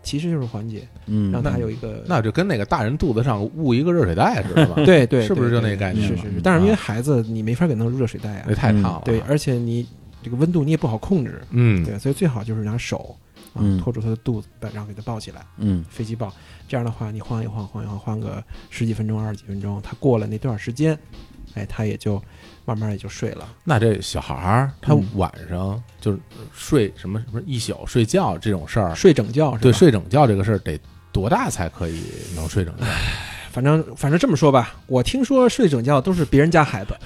其实就是缓解，嗯，让他那有一个那就跟那个大人肚子上捂一个热水袋似的吧？ <laughs> 对对，是不是对就那对概念是了是是嗯，但是因为啊孩子你没法给弄入热水袋啊那，太烫了，对，而且你这个温度你也不好控制，嗯，对，所以最好就是拿手啊嗯托住他的肚子，把然后给他抱起来，嗯飞机抱。这样的话，你晃一晃，晃一晃，晃个十几分钟、二十几分钟，他过了那段时间，哎，他也就慢慢也就睡了。那这小孩儿他嗯晚上就是睡什么什么一宿睡觉这种事儿，睡整觉是吧？对，睡整觉这个事儿得多大才可以能睡整觉？反正反正这么说吧，我听说睡整觉都是别人家孩子， <laughs>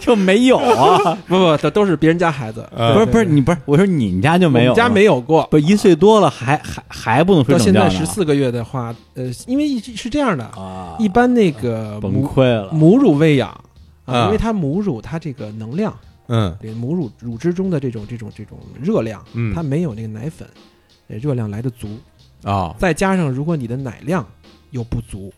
就没有 <laughs> 啊？不不，都都是别人家孩子，呃不是对不是，对你不是我说你们家就我没有，们家没有过。不是一岁多了还还还不能睡到整现觉在呢十四个月的话，呃，因为一是这样的，啊，一般那个崩母溃了，母乳喂养啊啊，因为它母乳它这个能量，嗯对母乳乳汁中的这种这种这种热量，嗯它没有那个奶粉呃热量来的足，啊，再加上如果你的奶量又不足，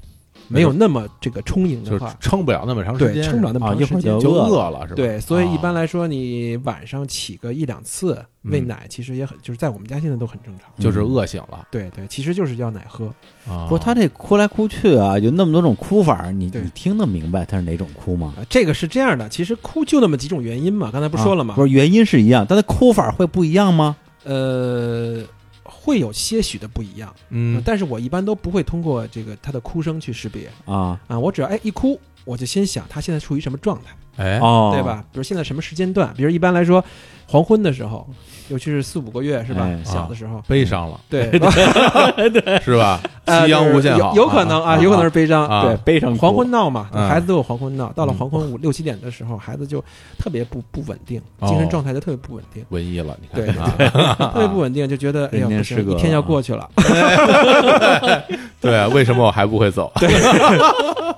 没有那么这个充盈就的是话，撑不了那么长时对，间，撑不了那么啊一长会时儿间就。就饿了是吧？对，所以一啊般来说，你晚上起个一两次喂嗯奶，其实也很，就是在我们家现在都很正常。就是饿醒了。啊对对，其实就是要奶喝。不不是他这哭来哭去啊，有那么多种哭法，你对你听得明白他是哪种哭吗？啊，这个是这样的，其实哭就那么几种原因嘛，刚才不说了吗？啊不是原因是一样，但他哭法会不一样吗？呃，会有些许的不一样，呃嗯但是我一般都不会通过这个他的哭声去识别啊啊，我只要哎一哭，我就先想他现在处于什么状态，哎哦，对？吧？比如现在什么时间段，比如一般来说黄昏的时候，尤其是四五个月是吧？啊哎小的时候。悲伤了对，是吧？ <laughs> 呃夕阳就是无限好，有有可能啊，啊有可能是悲伤。啊对，悲伤哭黄昏闹嘛，嗯孩子都有黄昏闹。到了嗯黄昏五六七点的时候，孩子就特别不不稳定，哦精神状态就特别不稳定。文艺了，你看对啊特别不稳定，就觉得哎人呀间不失行，格一了天要过 <laughs> 去了。对，为什么我还不会走？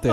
对，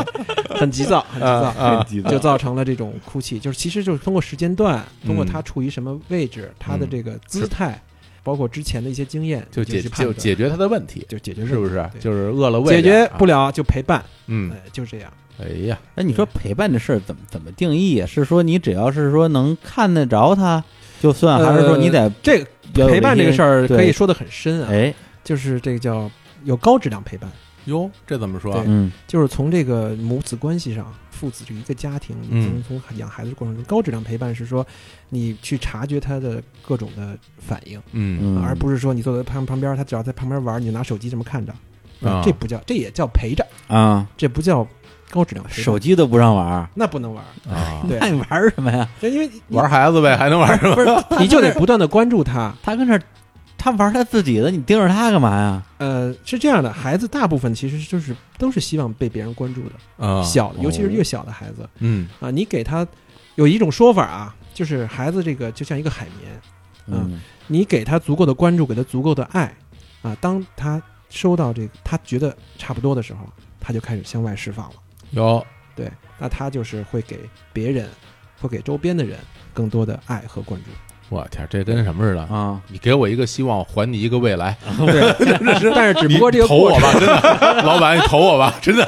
很急躁，很急躁，啊急就造成了这种哭泣。就是其实就是通过时间段，嗯通过他处于什么位置，他的这个姿态，包括之前的一些经验，就解解就解决他的问题，就解决是不是？是？对就是饿了喂解点儿决啊不了就陪伴，嗯，哎，就是这样。哎呀，那你说陪伴这事儿怎么怎么定义啊？是说你只要是说能看得着他就算，还是说你得这个要有呃陪伴这个事儿一些可以说的很深啊，哎就是这个叫有高质量陪伴，哟，这怎么说？对嗯就是从这个母子关系上，父子这一个家庭，嗯从从养孩子的过程中，高质量陪伴是说你去察觉他的各种的反应。嗯嗯，而不是说你坐在旁旁边儿，他只要在旁边玩儿，你就拿手机这么看着，啊这不叫，这也叫陪着，啊，这不叫高质量陪伴手机都不让玩儿，那不能玩儿，啊， <laughs> 对那，你玩儿什么呀？这因为你玩孩子呗，还能玩什么？不是，你就得不断的关注他。 <laughs> 他跟这儿，他玩他自己的，你盯着他干嘛呀？呃，是这样的，孩子大部分其实就是都是希望被别人关注的，啊，嗯小哦尤其是越小的孩子嗯啊，你给他有一种说法啊，就是孩子这个就像一个海绵，嗯你给他足够的关注，给他足够的爱啊，当他收到这个他觉得差不多的时候，他就开始向外释放了。有对， <laughs> 那他就是会给别人，会给周边的人更多的爱和关注。我天，这跟什么似的？啊，你给我一个希望，还你一个未来。对，但是只不过这个你投过我吧，真的，老板你投我吧，真的，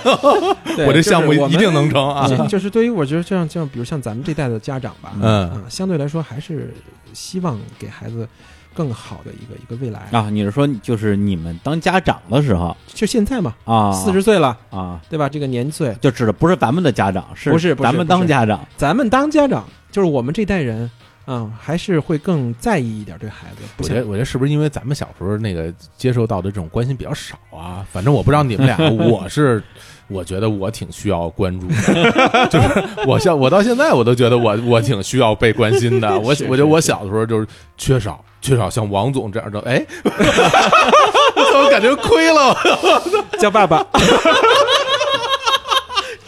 对我这项目就是我们一定能成啊。就就是对于我觉得像像比如像咱们这代的家长吧，嗯，啊，相对来说还是希望给孩子更好的一个一个未来。啊，你是说你就是你们当家长的时候就现在嘛，啊，四十岁了，啊，对吧？这个年岁，就指的不是咱们的家长，是不是不是咱们不当是家长咱们当家长，就是我们这代人啊，还是会更在意一点对孩子。不我觉得，像我觉得是不是因为咱们小时候那个接受到的这种关心比较少啊？反正我不知道你们 <laughs> 俩，我是我觉得我挺需要关注的， <laughs> 就是我像我到现在我都觉得我我挺需要被关心 <laughs> 的。我是我觉得我小的时候就是缺少缺少像王总这样的， <laughs> 哎，我怎么感觉亏了？ <laughs> 叫爸爸，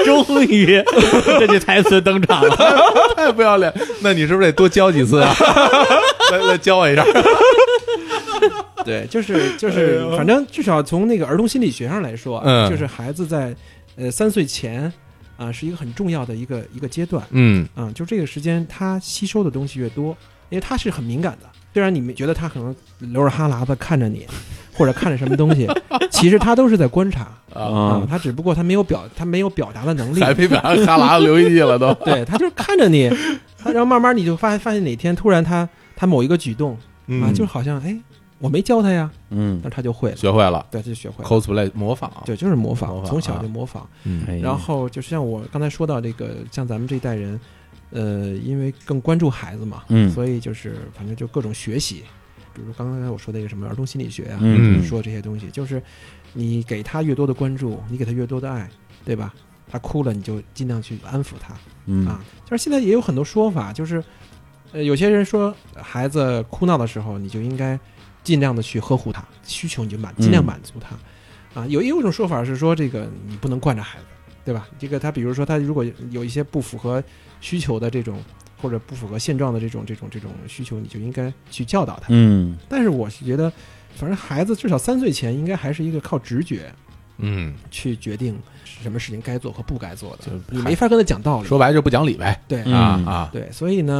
终 <laughs> 于这句台词登场了。太不要脸！那你是不是得多教几 <laughs> 次啊？来来教我一下。 <laughs> 对，就是就是，反正至少从那个儿童心理学上来说，啊嗯就是孩子在呃三岁前啊，是一个很重要的一个一个阶段。嗯啊，就这个时间他吸收的东西越多，因为他是很敏感的。虽然你们觉得他可能流着哈喇子看着你，或者看着什么 <laughs> 东西，其实他都是在观察啊，啊嗯，他只不过他没有表，他没有表达的能力，还没把哈喇子流一地了都。对他就是看着你，他然后慢慢你就发发现哪天突然他他某一个举动啊，嗯，就好像哎我没教他呀，嗯，那他就会了，学会了对，他就学会了， cosplay 模仿。对，就是模模仿，仿从小啊就模仿。嗯哎呀然后就是像我刚才说到这个，像咱们这一代人，呃，因为更关注孩子嘛，嗯所以就是反正就各种学习，比如说刚才我说的一个什么儿童心理学啊，嗯说这些东西，就是你给他越多的关注，你给他越多的爱，对吧？他哭了，你就尽量去安抚他嗯啊。就是现在也有很多说法，就是呃，有些人说孩子哭闹的时候，你就应该尽量的去呵护他，需求你就满，尽量嗯满足他。啊，有也有一种说法是说，这个你不能惯着孩子，对吧？这个他比如说他如果有一些不符合需求的这种，或者不符合现状的这种这种这种需求，你就应该去教导他。嗯但是我是觉得，反正孩子至少三岁前应该还是一个靠直觉嗯，去决定什么事情该做和不该做的就，你没法跟他讲道理。说白了就不讲理呗。对，嗯啊啊，对，所以呢，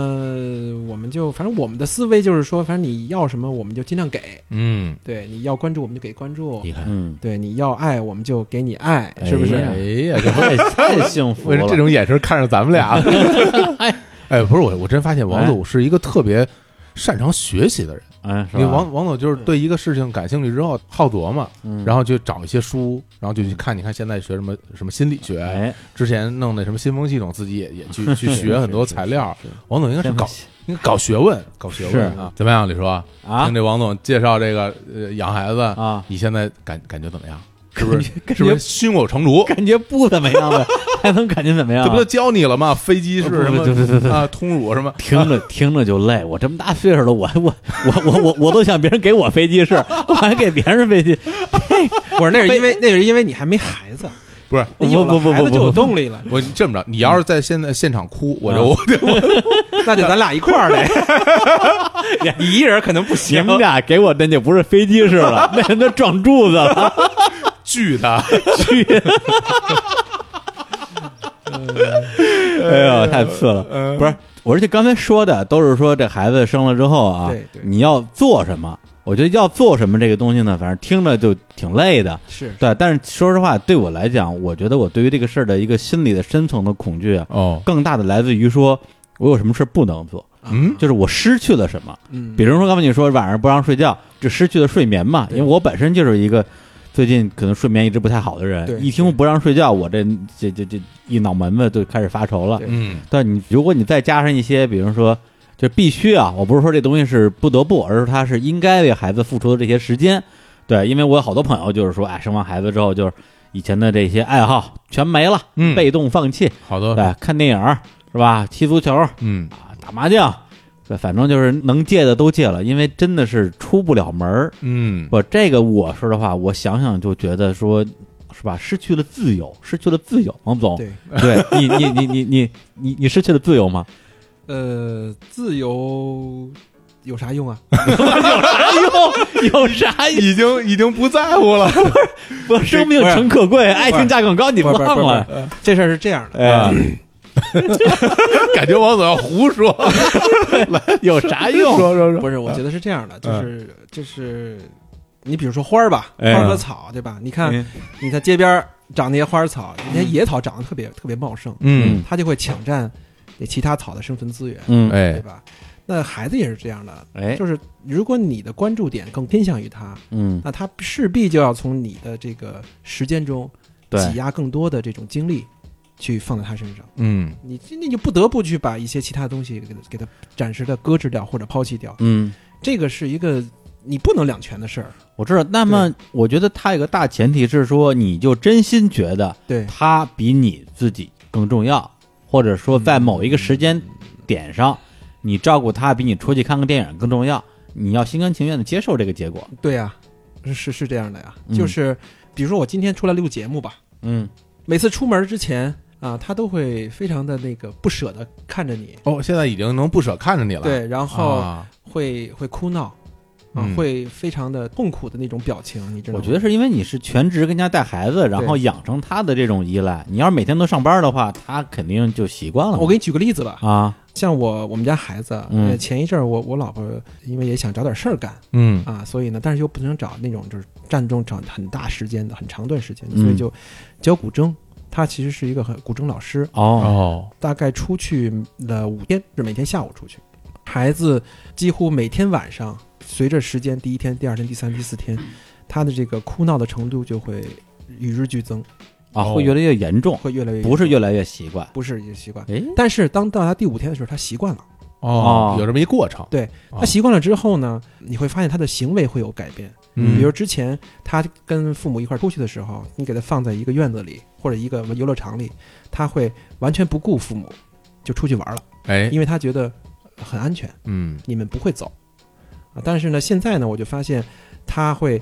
我们就反正我们的思维就是说，反正你要什么我们就尽量给，嗯，对，你要关注我们就给关注，你看嗯，对，你要爱我们就给你爱，是不是？哎呀，这太太幸福 <laughs> 为什了，么这种眼神看着咱们 <laughs> 俩？哎哎，不是我，我真发现王总是一个特别擅长学习的人。哎，是因为吧？王王总就是嗯对一个事情感兴趣之后好琢磨，嗯然后就找一些书，然后就去看。你看现在学什么什么心理学，哎，之前弄那什么新风系统，自己也也 <laughs> 去去学很多材料。王总应该是搞应该搞学问，搞学问啊？怎么样，李叔？啊听这王总介绍这个呃养孩子，啊，你现在感感觉怎 <laughs> 么样？是不是感觉是不是胸有成竹？感觉不怎么样呗， <laughs> 还能感觉怎么样这啊？不都教你了吗？飞机是不不什么？对对对对啊，通乳什么？听着听着就累，我这么大岁数了，我 <laughs> 我我我我我都想别人给我飞机试， <laughs> 我还给别人 <laughs> 飞机，我说那是因为那是因为你还没孩子，不是不有了不不孩子不就有不动 <laughs> 力了，我这么着，你要是在现在现场哭，我就啊我那就咱俩一块儿 <laughs> 呗。你一人可能不你行，啊们俩给我那就不是飞机式了， <laughs> 那那撞柱子了，拒他。去！哎呦，太次了！嗯不是，我是就刚才说的，都是说这孩子生了之后啊对，对你要做什么？我觉得要做什么这个东西呢，反正听着就挺累的，是对。但是说实话，对我来讲，我觉得我对于这个事儿的一个心理的深层的恐惧啊，哦，更大的来自于说我有什么事儿不能做，嗯就是我失去了什么。啊嗯，比如说刚才你说晚上不让睡觉，就失去了睡眠嘛。因对为我本身就是一个最近可能睡眠一直不太好的对人，一听不让睡觉，我这这这这一脑门子就开始发愁了对。嗯但你如果你再加上一些，比如说就必须啊，我不是说这东西是不得不，而是他是应该为孩子付出的这些时间。对，因为我有好多朋友就是说，哎，生完孩子之后就是以前的这些爱好全没了，嗯，被动放弃。好多对，看电影儿是吧？踢足球，嗯啊，打麻将，对，反正就是能戒的都戒了，因为真的是出不了门儿。嗯不，这个我说的话，我想想就觉得说，是吧？失去了自由，失去了自由，王总，对，对你，你，你，你，你，你，你失去了自由吗？ <laughs> 呃，自由有啥用啊？哎呦，有啥 <laughs> 用？已经已经不在乎了。 <laughs> 我生命诚可贵，爱情价更高，你不是不是忘不是了？这事儿是这样的，啊哎，感觉王总要胡说，啊有啥说用？说说，不是，啊我觉得是这样的，就是就是，你比如说花儿吧，花哎儿和草，对吧？你看嗯你在街边儿长那些花儿草，那些野草长得特别特别茂盛，嗯，它就会抢占那其他草的生存资源，嗯，对哎，吧？那孩子也是这样的，哎，就是如果你的关注点更偏向于他，嗯，那他势必就要从你的这个时间中对，挤压更多的这种精力去放在他身上。嗯你你就不得不去把一些其他东西给他给他暂时的搁置掉或者抛弃掉，嗯，这个是一个你不能两全的事儿。我知道。那么，我觉得他有个大前提是说，你就真心觉得对，他比你自己更重要，或者说嗯在某一个时间点上，你照顾他比你出去看个电影更重要，你要心甘情愿的接受这个结果。对呀、是是这样的呀、嗯就是比如说我今天出来录节目吧，嗯，每次出门之前啊，他都会非常的那个不舍的看着你，哦，现在已经能不舍看着你了，对，然后啊，会、会哭闹。啊，嗯会非常的痛苦的那种表情，你知道我吗？觉得是因为你是全职跟家带孩子，然后养成他的这种依赖。你要是每天都上班的话，他肯定就习惯了嘛。我给你举个例子吧，啊，像我我们家孩子，嗯呃前一阵儿我我老婆因为也想找点事儿干，嗯啊，所以呢，但是又不能找那种就是占用长很大时间的、很长段时间的，嗯所以就教古筝。他其实是一个很古筝老师，哦，哦，大概出去了五天，是每天下午出去。孩子几乎每天晚上，随着时间，第一天、第二天、第三、第四天，他的这个哭闹的程度就会与日俱增，啊，哦会越来越严重，会越来越不是严重越来越习惯。不是也习惯。哎，但是当到他第五天的时候，他习惯了。哦哦，有这么一过程，对哦啊他习惯了之后呢，你会发现他的行为会有改变。嗯比如之前他跟父母一块儿出去的时候，你给他放在一个院子里或者一个游乐场里，他会完全不顾父母就出去玩了，哎，因为他觉得很安全，嗯你们不会走啊。但是呢，现在呢，我就发现他会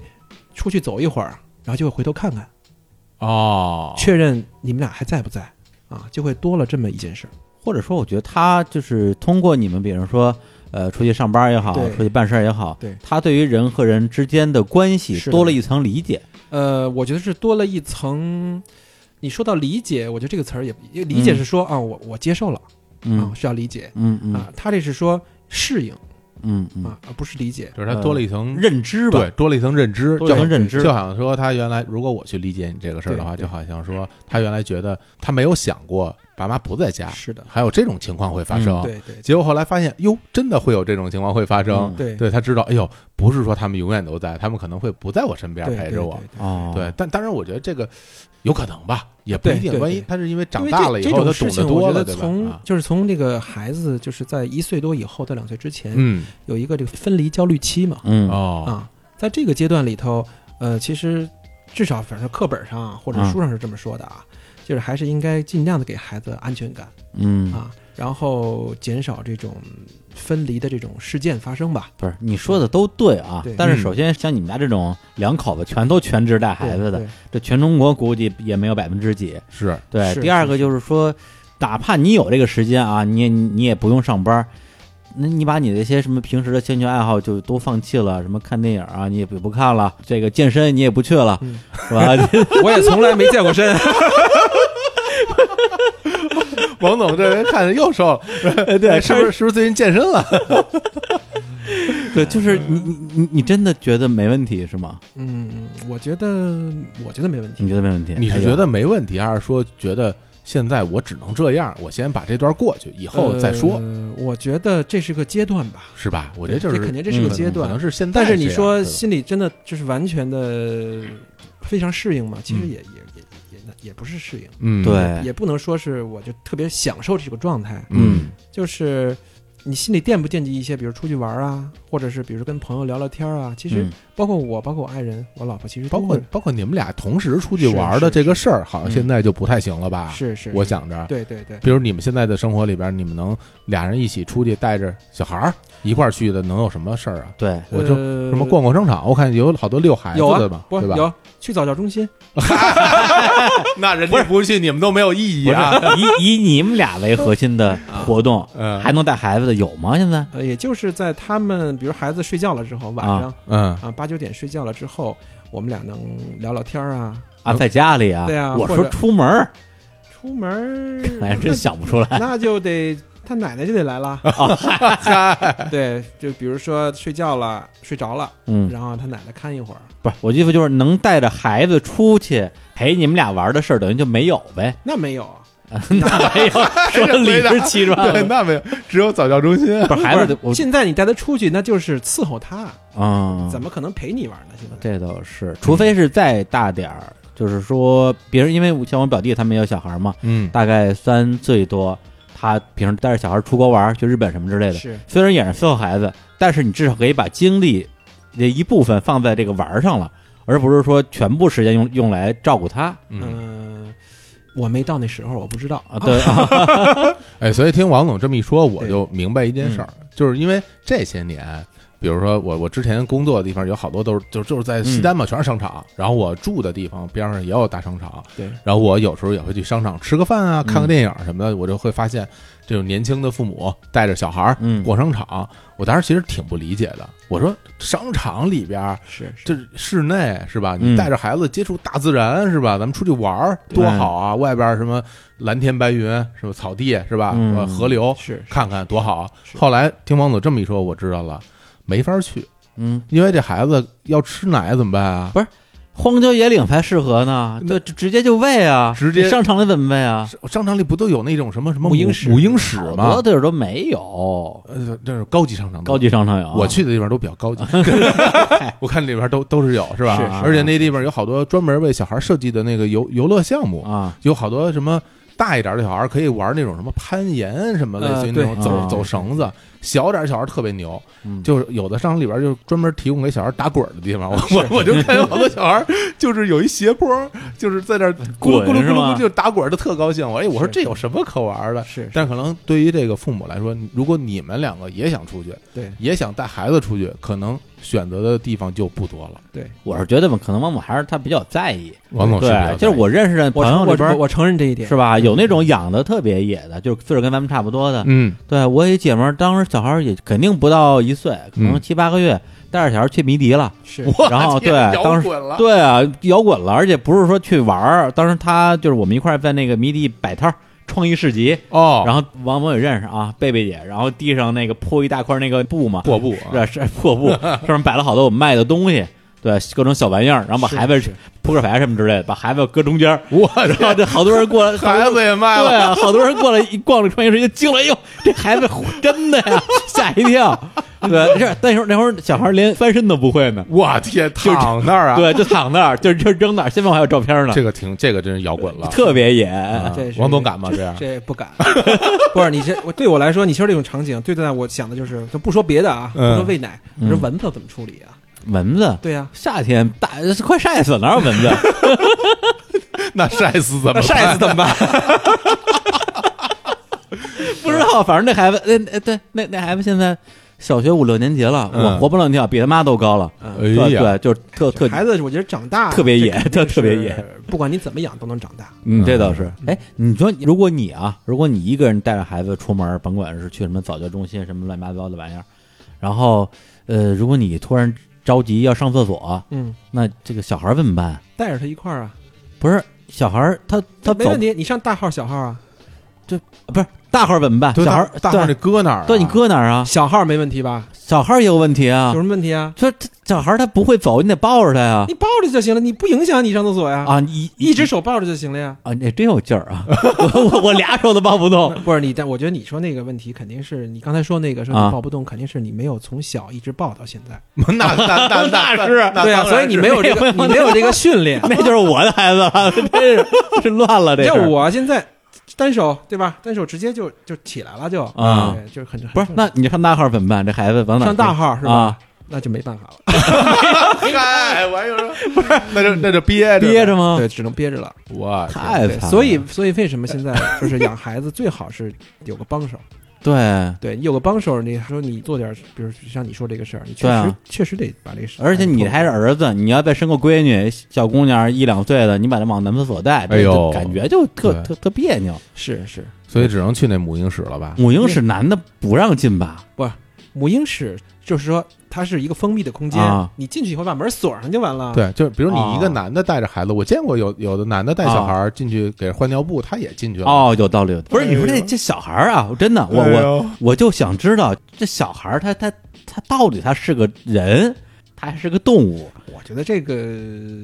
出去走一会儿，然后就会回头看看，哦，确认你们俩还在不在啊，就会多了这么一件事儿。或者说，我觉得他就是通过你们，比如说，呃，出去上班也好，对出去办事儿也好，对他对于人和人之间的关系是的多了一层理解。呃，我觉得是多了一层。你说到理解，我觉得这个词儿也也理解是说、啊，我我接受了啊嗯，是要理解嗯嗯啊，他这是说适应。嗯嗯，啊，而不是理解。就是他多了一层认知吧对，，多了一层认知，多一层认知就好像说他原来，如果我去理解你这个事儿的话，对对就好像说他原来觉得他没有想过爸妈不在家，是的，还有这种情况会发生。对对结果后来发现，哟，真的会有这种情况会发生。嗯对对他知道，哎呦，不是说他们永远都在，他们可能会不在我身边对陪着我。对对哦，对，但当然，我觉得这个有可能吧，也不一对定。对万一对他是因为因长为大这了以这后，种他事懂情得我多觉了，得对吧？从、啊就是从这个孩子就是在一岁多以后到两岁之前，嗯有一个这个分离焦虑期嘛，嗯哦啊，在这个阶段里头，呃，其实至少反正课本上啊或者嗯书上是这么说的啊，就是还是应该尽量的给孩子安全感嗯，啊，然后减少这种分离的这种事件发生吧。不是你说的都对啊对，但是首先像你们家这种两口子全都全职带孩子的，对，这全中国估计也没有百分之几。是对，是第二个就是说，哪怕你有这个时间啊，你也你也不用上班，那你把你这些什么平时的兴趣爱好就都放弃了，什么看电影啊，你也不不看了，这个健身你也不去了，嗯是 <laughs> 吧？ <laughs> 对我也从来没健过身， <laughs> 王总这人看着又 <laughs> 瘦了，哎哎对，是不是？是不是最近健身了？对，就是你你你你真的觉得没问题是吗？嗯，我觉得我觉得没问题。你觉得没问题？ <laughs> 你哎是呦觉得没问题，还是说觉得现在我只能这样，我先把这段过去，以后再说，呃我觉得这是个阶段吧，是吧？我我觉得就是肯定这是嗯个阶可段能。是现在这但样，是你说是吧心里真的就是完全的非常适应吗？其实嗯也也也也也不是适应，嗯，对，也不能说是我就特别享受这个状态，嗯就是。你心里惦不惦记一些，比如出去玩啊，或者是比如跟朋友聊聊天啊？其实嗯包括我，包括我爱人，我老婆，其实都包括会包括你们俩同时出去玩的这个事儿，好像现在就不太行了吧？嗯是是，啊我是想着，对对对，比如你们现在的生活里边，你们能俩人一起出去带着小孩儿一块儿去的，能有什么事儿啊？对，我就呃什么逛逛商场，我看有好多遛孩子有啊的嘛，不对吧？有去早教中心， <laughs> 那人家不去，你们都没有啊意义不是。以以你们俩为核心的活动，嗯还能带孩子的有吗？现在啊呃，也就是在他们比如孩子睡觉了之后，晚上嗯，啊八九点睡觉了之后，我们俩能聊聊天儿啊，啊，在家里啊，对啊我或说者出门儿出 <laughs> 门儿哎，真想不哦出来。那就得他奶奶就得来了。 <laughs> 对，就比如说睡觉了，睡着了，嗯，然后他奶奶看一会儿，不是，我意思就是能带着孩子出去陪你们俩玩的事儿，等于就没有 <laughs> 呗。那没有，啊那没有，说的理直气壮。 <laughs> 对，那没有，只有早教中心。 <laughs> 啊不是孩子得，我现在你带他出去，那就是伺候他，嗯，怎么可能陪你玩呢？现在这倒是，除非是再大点儿，就是说别人，因为像我表弟他们也有小孩嘛，嗯，大概三岁多，他平时带着小孩出国玩，去日本什么之类的，是虽然也是伺候孩子，但是你至少可以把精力的一部分放在这个玩儿上了，而不是说全部时间用用来照顾他嗯，嗯，我没到那时候，我不知道啊。 <laughs> 对啊，哎，所以听王总这么一说，我就明白一件事儿，嗯就是因为这些年，比如说我我之前工作的地方有好多都是就就是在西单嗯嘛，全是商场，然后我住的地方边上也有大商场，对，嗯然后我有时候也会去商场吃个饭啊，看个电影什么的，我就会发现这种年轻的父母带着小孩儿嗯，逛商场，我当时其实挺不理解的，我说商场里边儿是是这室内是吧？嗯你带着孩子接触大自然是吧？咱们出去玩儿对多好啊！外边儿什么蓝天白云是吧？草地是吧？嗯呃河流是看看多好啊。是后来听王总这么一说，我知道了，没法去，嗯，因为这孩子要吃奶怎么办啊？荒郊野岭才适合呢，那对，直直接就喂啊，直接你商场里怎么喂啊？商商场里不都有那种什么什么母母婴室母婴室好吗多？地儿都没有，呃，这是高级商场，高。级商场有啊，我去的地方都比 <laughs> 较高级，我看里边都都是有是吧？是是而且那地方有好多专门为小孩设计的那个游游乐项目啊，有好多什么大一点的小孩可以玩那种什么攀岩什么，类似于那种呃对走、啊走绳子。小点儿小孩特别牛，嗯就是有的商场里边就专门提供给小孩打滚儿的地方。我我 <laughs> 我就看有好多小孩就是有一斜坡，就是在那儿咕噜咕噜咕噜滚是咕噜吗就打滚儿，他特高兴。我哎，我说是这有什么可玩的？是是但可能对于这个父母来说，如果你们两个也想出去，对也想带孩子出去，可能选择的地方就不多了。对，我是觉得嘛，可能王母还是她比较在意，王总是比较对，就是我认识的我朋友我里边我儿我承认这一点是吧，有那种养的特别野的，就是岁数跟咱们差不多的，嗯， <laughs> 对我有一姐们儿，当时小孩儿也肯定不到一岁，可能嗯七八个月，带着小孩儿去迷笛了。是我然后天对哦摇当时滚了，对啊，摇滚了，而且不是说去玩儿，当时他就是我们一块儿在那个迷笛摆摊儿。创意市集，哦，然后王蒙也认识啊，贝贝姐，然后地上那个铺一大块那个布嘛，破布啊是 <laughs> 是破布，上面摆了好多我们卖的东西，对，各种小玩意儿，然后把是孩子是扑克牌什么之类的，把孩子搁中间儿，我然后这好多人过来， <laughs> 孩子也卖对了，啊，好多人过来一逛这创业市集，惊了，哎呦，这孩子真的呀，吓一跳。对，是那时候那会儿小孩连翻身都不会呢，我天，是躺那儿啊，对，就躺那儿，就就扔那儿。现在我还有照片呢，这个挺这个真是摇 <laughs> 滚了，特别野。啊这是王总敢吗？这样啊这不敢， <laughs> 不是你这我对我来说，你说这种场景，对待我想的就是，就不说别的啊，不嗯说喂奶，我说嗯蚊子怎么处理啊？蚊子，对 <laughs> 呀，夏天大快晒死了，哪有蚊 <laughs> 子？那晒 <laughs> 死怎么办？晒死怎么办？不知道，反正那孩子，那那对那那孩子现在小学五六年级了，嗯我活蹦乱跳，比他妈都高了。嗯哎对呀，对，就是特特孩子，我觉得长大特别野这肯定特特别野是，不管你怎么养都能长大。嗯，这倒是。哎，你说，如果你啊，如果你一个人带着孩子出门，甭管是去什么早教中心什么乱七八糟的玩意儿，然后，呃，如果你突然着急要上厕所，嗯，那这个小孩儿怎么办？带着他一块儿啊，不是小孩儿，他他没走问题。你上大号小号啊，不是大号儿怎么办？对小孩儿大大号对那搁那儿啊，对你搁哪儿啊？小号没问题吧？小孩儿也有问题啊有什。么问题啊？这这小孩儿他不会走，你得抱着他呀。你抱着就行了，你不影响你上厕所呀。啊，你一一只手抱着就行了呀。啊，你真有劲儿啊！我我我俩手都抱不 <laughs> 动。不是你，但我觉得你说那个问题肯定是你刚才说那个说啊你抱不动，肯定是你没有从小一直抱到现在。 <laughs> 那那那那那是那对啊，当然所以你没有这没个，有你没有这个训练。那就是我的孩子了， <laughs> 真是是乱了这事要儿。我啊现在单手对吧？单手直接就就起来了就啊对就是很不是，那你上大号怎么办？这孩子往很哪上大号是是吧？啊？那就没办法了，是嗨，我还以为说不是， <laughs> 那就那就憋憋，着吗？对，只能憋着了。我啊太对惨了。所以所以为什么现在就是养孩子最好是有个帮手？对，对你有个帮手，你说你做点，比如像你说这个事儿，你确对实、啊确实得把这个事儿做好。而且你还是儿子，你要再生个闺女，小姑娘一两岁的，你把她往男厕所带，这哎呦这感觉就特对特特别扭。是是所以只能去那母婴室了吧？母婴室男的不让进吧？母婴室，就是说它是一个封闭的空间，啊你进去以后把门锁上就完了。对，就是比如你一个哦男的带着孩子，我见过有有的男的带小孩儿进去给换尿布，他也进去了。哦，有道理。不是你说哎这呦这小孩儿啊，真的，我哎我呦我就想知道这小孩儿他他他到底他是个人，他还是个动物我觉得这个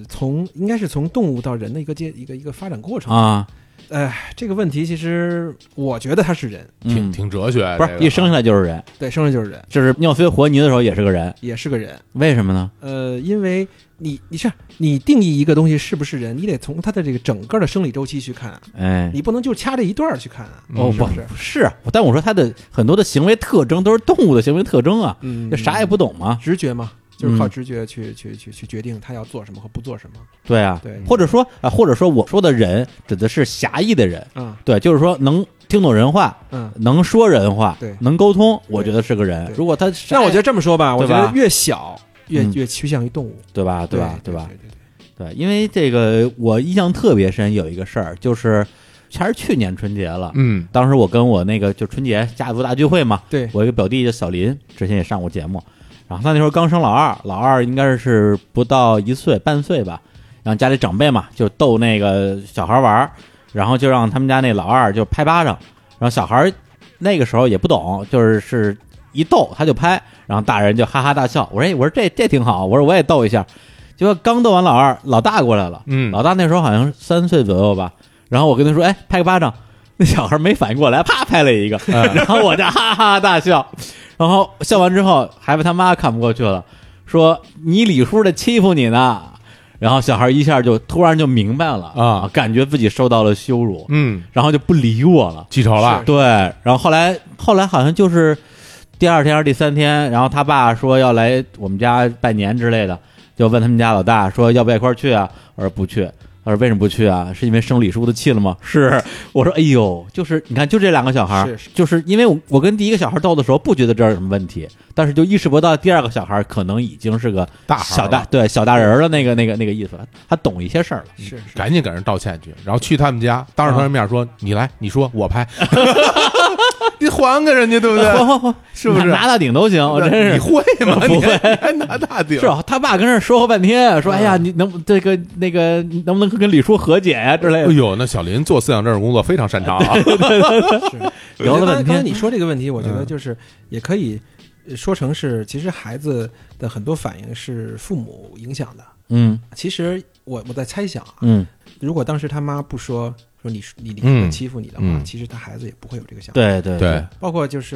从应该是从动物到人的一个阶一个一个发展过程。啊？哎，这个问题其实我觉得他是人，挺嗯挺哲学，不这是个一生下来就是人，对，生来就是人，就是尿飞活泥的时候也是个人，也是个人。为什么呢？呃，因为你你是你定义一个东西是不是人，你得从它的这个整个的生理周期去看，哎，你不能就掐这一段儿去看啊。嗯哦是不不是是，但我说他的很多的行为特征都是动物的行为特征啊，嗯这啥也不懂嘛。直觉嘛，就是靠嗯直觉去、去去去决定他要做什么和不做什么。对啊，对嗯或者说啊，或者说我说的人指的是狭义的人，啊对，就是说能听懂人话，嗯，能说人话，对能沟通，我觉得是个人对。如果他啥那也我觉得这么说吧，我对觉吧得越小越嗯越趋向于动物，对吧？对吧？对吧？对对对，对因为这个我印象特别深，有一个事儿，就是还是去年春节了。嗯当时我跟我那个就春节家族大聚会嘛，对我一个表弟叫小林，之前也上过节目。然后他那时候刚生老二，老二应该是不到一岁半岁吧。然后家里长辈嘛，就逗那个小孩玩儿，然后就让他们家那老二就拍巴掌。然后小孩儿那个时候也不懂，就是是一逗他就拍，然后大人就哈哈大笑。我说哎，我说这这挺好，我说我也逗一下。结果刚逗完老二，老大过来了。嗯，老大那时候好像是三岁左右吧，然后我跟他说，哎，拍个巴掌，那小孩没反应过来，啪拍了一个，嗯 <laughs> 然后我就哈哈大笑，然后笑完之后，孩子他妈看不过去了，说你李叔的欺负你呢，然后小孩一下就突然就明白了啊感觉自己受到了羞辱，嗯，然后就不理我了，记仇了是，对，然后后来后来好像就是第二天还是第三天，然后他爸说要来我们家拜年之类的，就问他们家老大说要不要一块儿去啊？我说不去。他说为什么不去 <laughs> 啊？是因为生李叔的气了吗？是。我说哎呦，就是你看，就这两个小孩儿，是是就是因为我我跟第一个小孩斗的时候不觉得这儿有什么问题，但是就意识不到第二个小孩可能已经是个大孩儿小 <laughs> 大了对小大人儿的那个那个那个意思了，他懂一些事儿了。是是赶紧给人道歉去，然后去他们家，当嗯着他们面说：“你来，你说，<laughs> 我拍。”你还给人家，对不嚯对？嚯嚯，是不是拿拿到顶都 <laughs> 行？ <laughs> 我真是你会吗？不会你还还拿大顶？是啊，他爸跟那儿说后半天，说哎呀，你能不这个那个能不能跟李叔和解呀、之类哎的，呦，那小林做思想政治工作非常擅长啊！是。聊了我觉得半刚才天你说这个问题，我觉得嗯就是也可以呃说成是，其实孩子的很多反应是父母影响的。嗯其实我我在猜想啊，嗯，如果当时他妈不说说你你嗯你欺负你的话，嗯其实他孩子也不会有这个想法。对对对，包括就是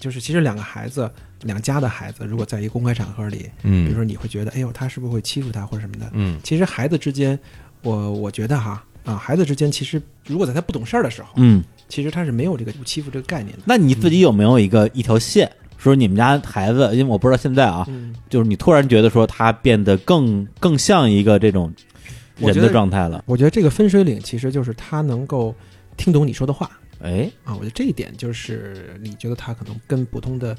就是，其实两个孩子，两家的孩子，如果在一个公开场合里，比如嗯说你会觉得，哎呦，他是不是会欺负他或者什么的？嗯其实孩子之间，我我觉得哈啊，孩子之间其实如果在他不懂事儿的时候，嗯，其实他是没有这个欺负这个概念的。那你自己有没有一个一条线，说你们家孩子，因为我不知道现在啊，嗯，就是你突然觉得说他变得更更像一个这种人的状态了，我觉得这个分水岭其实就是他能够听懂你说的话哎，啊。我觉得这一点就是你觉得他可能跟普通的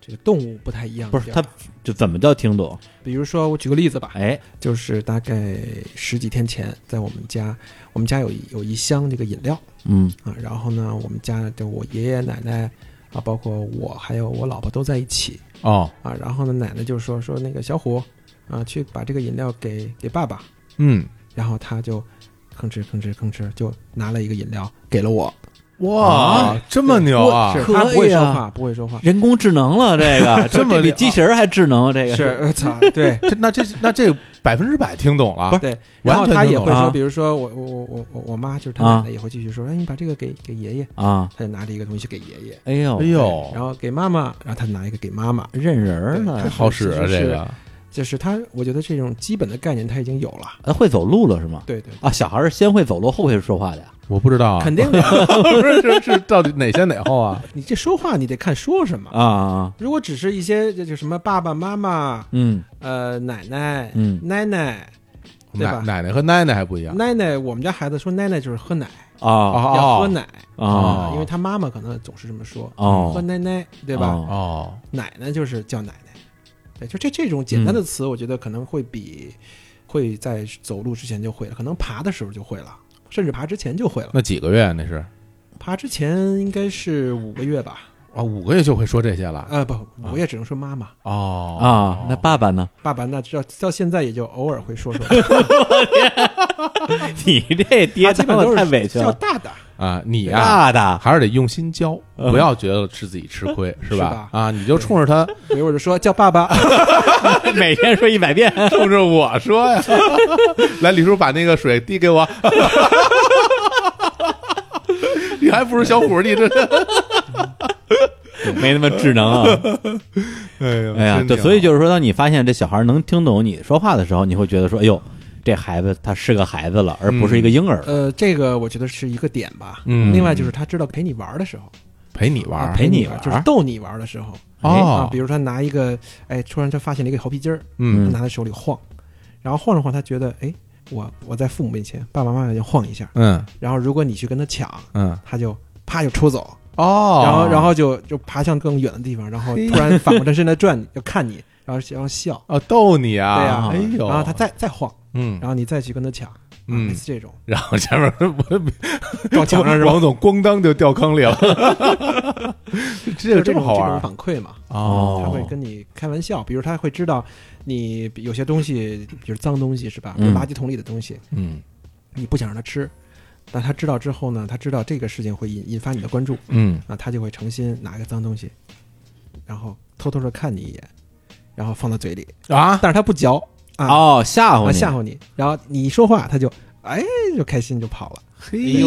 这个动物不太一样的不地是儿。他就怎么叫听懂？比如说我举个例子吧，哎，就是大概十几天前，在我们家，我们家有一有一箱这个饮料嗯啊，然后呢，我们家的我爷爷奶奶啊，包括我还有我老婆都在一起哦啊，然后呢，奶奶就说说那个小虎啊，去把这个饮料给给爸爸，嗯，然后他就吭哧吭哧�吭哧就拿了一个饮料给了我，哇，这么牛啊是！可他不会以说啊话，不会说话，人工智能了，这 <laughs> 个这么比厉害机器人还智能，啊这个是 <laughs> 我操，对。 <laughs> 这那这那这百分之百听懂了，对，然后完全他听也懂会了说，啊比如说我我我我我我妈就是他啊奶奶也会继续说，哎，你把这个给给爷爷，啊，他就拿着一个东西给爷爷，哎呦哎，呦，然后给妈妈，然后他拿一个给妈妈，认人儿对了他，好使啊！其实这是个就是他，我觉得这种基本的概念他已经有了。哎会走路了是吗？对对，啊，小孩儿先会走路，后会说话的呀。我不知道啊，肯定的。不是是是到底哪先哪后啊？你这说话你得看说什么。啊啊，如果只是一些这就什么爸爸妈妈、嗯呃奶奶、嗯奶奶、 <laughs> 对吧奶奶奶和奶奶还不一样奶奶，我们家孩子说奶奶就是喝奶，啊哦要喝奶啊因为他妈妈可能总是这么说，哦喝奶奶，对吧？哦哦，奶奶就是叫奶奶，对，就这这种简单的词，嗯我觉得可能会比、会在走路之前就会了，可能爬的时候就会了，甚至爬之前就会了。啊那几个月那是爬之前应该是五个月吧，啊，五个月就会说这些了啊，不，我也只能说妈妈、哦啊，那爸爸呢？爸爸，那到到现在也就偶尔会说说， <laughs> 你这爹他基本都当是得太委屈叫了，大大。啊，你呀、大的还是得用心教，嗯不要觉得是自己吃 <laughs> 亏，是是吧吧？啊，你就冲着他，所以我就说叫爸爸， <laughs> 每天说一百遍， <laughs> 冲着我说 <laughs> 呀，来，李叔把那个水递给我。 <laughs> 你还不如小虎，你这， <laughs> 没那么智能啊。 <laughs> 哎哎呀，对，真挺好所以就是说，当你发现这小孩能听懂你说话的时候，你会觉得说，哎呦，这孩子他是个孩子了，而不是一个婴儿。呃，这个我觉得是一个点吧。嗯另外就是他知道陪你玩儿的时候，陪你玩啊儿陪你你玩儿就是逗你玩儿的时候哦啊，比如他拿一个，哎，突然就发现了一个猴皮筋儿，嗯嗯拿在手里晃，然后晃着晃，他觉得，哎，我我在父母面前，爸爸妈妈要晃一下，嗯然后如果你去跟他抢，嗯他就啪就抽走，哦然后然后就就爬向更远的地方，然后突然反过身来转，就看你，然后然后笑，哦逗你 <laughs> 啊，对呀哎呦，然后他再再晃，嗯然后你再去跟他抢，啊嗯类似这种然后前面我 <laughs> 撞墙上是吧？王总咣当就掉坑里了，这就有这么种好玩这儿种反馈嘛，哦他会跟你开玩笑，比如他会知道你有些东西，比如脏东西是吧？嗯垃圾桶里的东西，嗯你不想让他吃，但他知道之后呢，他知道这个事情会引引发你的关注嗯啊，他就会诚心拿一个脏东西，然后偷偷的看你一眼，然后放 <laughs> 到嘴里，啊，但是他不嚼啊，哦，吓唬啊你，吓唬你，然后你一说话他就哎就开心就跑了，嘿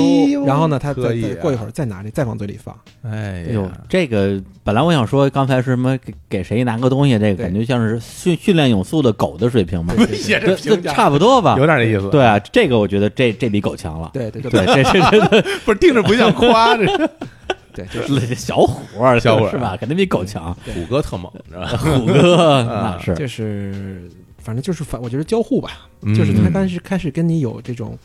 然后呢他再哎可以再啊过一会儿再拿这再往嘴里放，哎哎呦呀，，这个本来我想说，刚才是什么给给谁拿个东西，这个对感觉像是训训练有素的狗的水 <laughs> 平嘛，写这这差不多吧有？点那意思，对啊，这个我觉得这这比狗强了。对对对，这这这不是听着不像夸，这是对，就是这小虎儿小虎儿是吧？肯定比狗强。虎哥特猛，是吧？虎哥那是就是反正就是反，我觉得交互吧，嗯就是他开始开始跟你有这种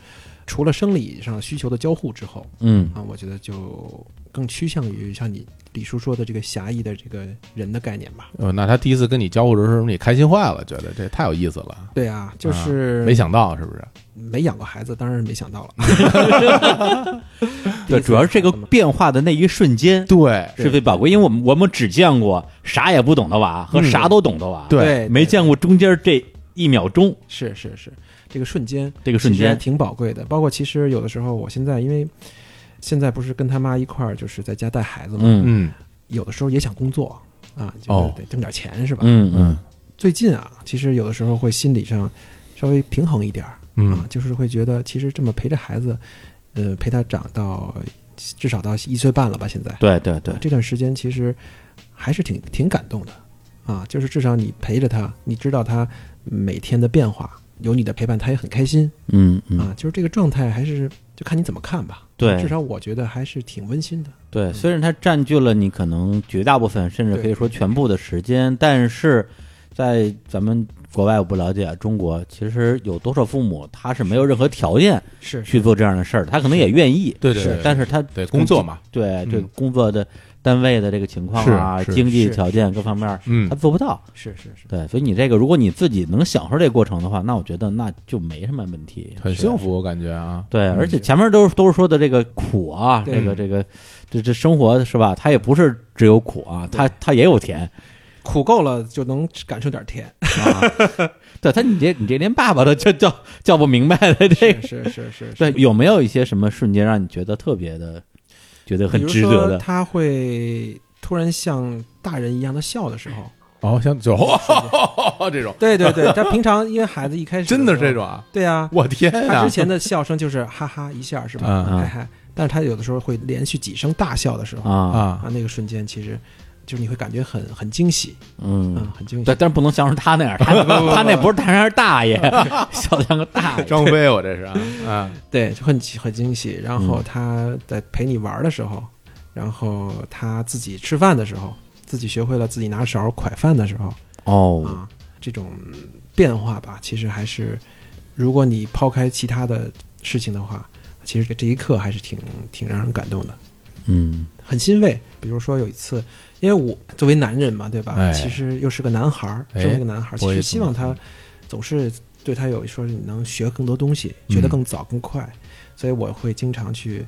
除了生理上需求的交互之后嗯啊，我觉得就更趋向于像你李叔说的这个狭义的这个人的概念吧。哦，那他第一次跟你交互的时候，你开心坏了，觉得这太有意思了，对啊，就啊是没想到是不是？没养过孩子，当然是没想到了。对，主要是这个变化的那一瞬间对是最宝贵，因为我们我们只见过啥也不懂的娃和啥都懂的娃，对对，没见过中间这一秒钟是是是，这个瞬间，这个瞬其实还间。挺宝贵的。包括其实有的时候，我现在因为现在不是跟他妈一块儿就是在家带孩子嘛，嗯嗯有的时候也想工作啊，就是哦得挣点钱是吧？嗯嗯最近啊，其实有的时候会心理上稍微平衡一点儿啊嗯，就是会觉得其实这么陪着孩子，呃，陪他长到呃至少到一岁半了吧，现在对对对啊，这段时间其实还是挺挺感动的啊，就是至少你陪着他，你知道他每天的变化，有你的陪伴他也很开心嗯嗯，啊，就是这个状态还是就看你怎么看吧，对至少我觉得还是挺温馨的，对，虽然它占据了你可能绝大部分，甚至可以说全部的时间，但是在咱们国外我不了解，中国其实有多少父母他是没有任何条件是去做这样的事儿，他可能也愿意，对对是对但是他对，工作嘛，对嗯这个工作的单位的这个情况啊、是是经济是条件各方面，嗯他做不到。是是是，对，所以你这个，如果你自己能享受这个过程的话，那我觉得那就没什么问题，很是幸。福，我感觉啊，对，而且是前面都是都是说的这个苦啊，嗯对这个这个这这生活是吧？它也不是只有苦啊，它它也有甜苦够了就能感受点甜，啊。对他，你这你这连爸爸都叫叫叫不明白了，这个是是是 <laughs> 是，对有没有一些什么瞬间让你觉得特别的，觉得很值比如得说的？他会突然像大人一样的笑的时候，哦，像酒 <laughs> 这种，对对对，他平常因为孩子一开始真的是这时候，种啊，对啊，我天他啊之！前的笑声就是哈哈一下是吧？嗯嗨嗨，但是他有的时候会连续几声大笑的时候啊，啊，那个瞬间其实就是你会感觉很很惊喜，嗯嗯，，很惊喜对，。但是不能像是他那 <laughs> 样，他他那不是大人，是大爷，笑得像个大爷。张飞，我这是 <laughs> 啊啊，对，就很很惊喜。然后嗯他在陪你玩的时候，然后他自己吃饭的时候，自己学会了自己拿勺㧟饭的时候，哦，啊，这种变化吧，其实还是，如果你抛开其他的事情的话，其实这一刻还是挺挺让人感动的，嗯很欣慰。比如说有一次，因为我作为男人嘛，对吧？哎其实又是个男孩儿，哎作为一个男孩儿，其我也实懂希望他总是对他有说你能学更多东西，嗯学得更早更快，所以我会经常去，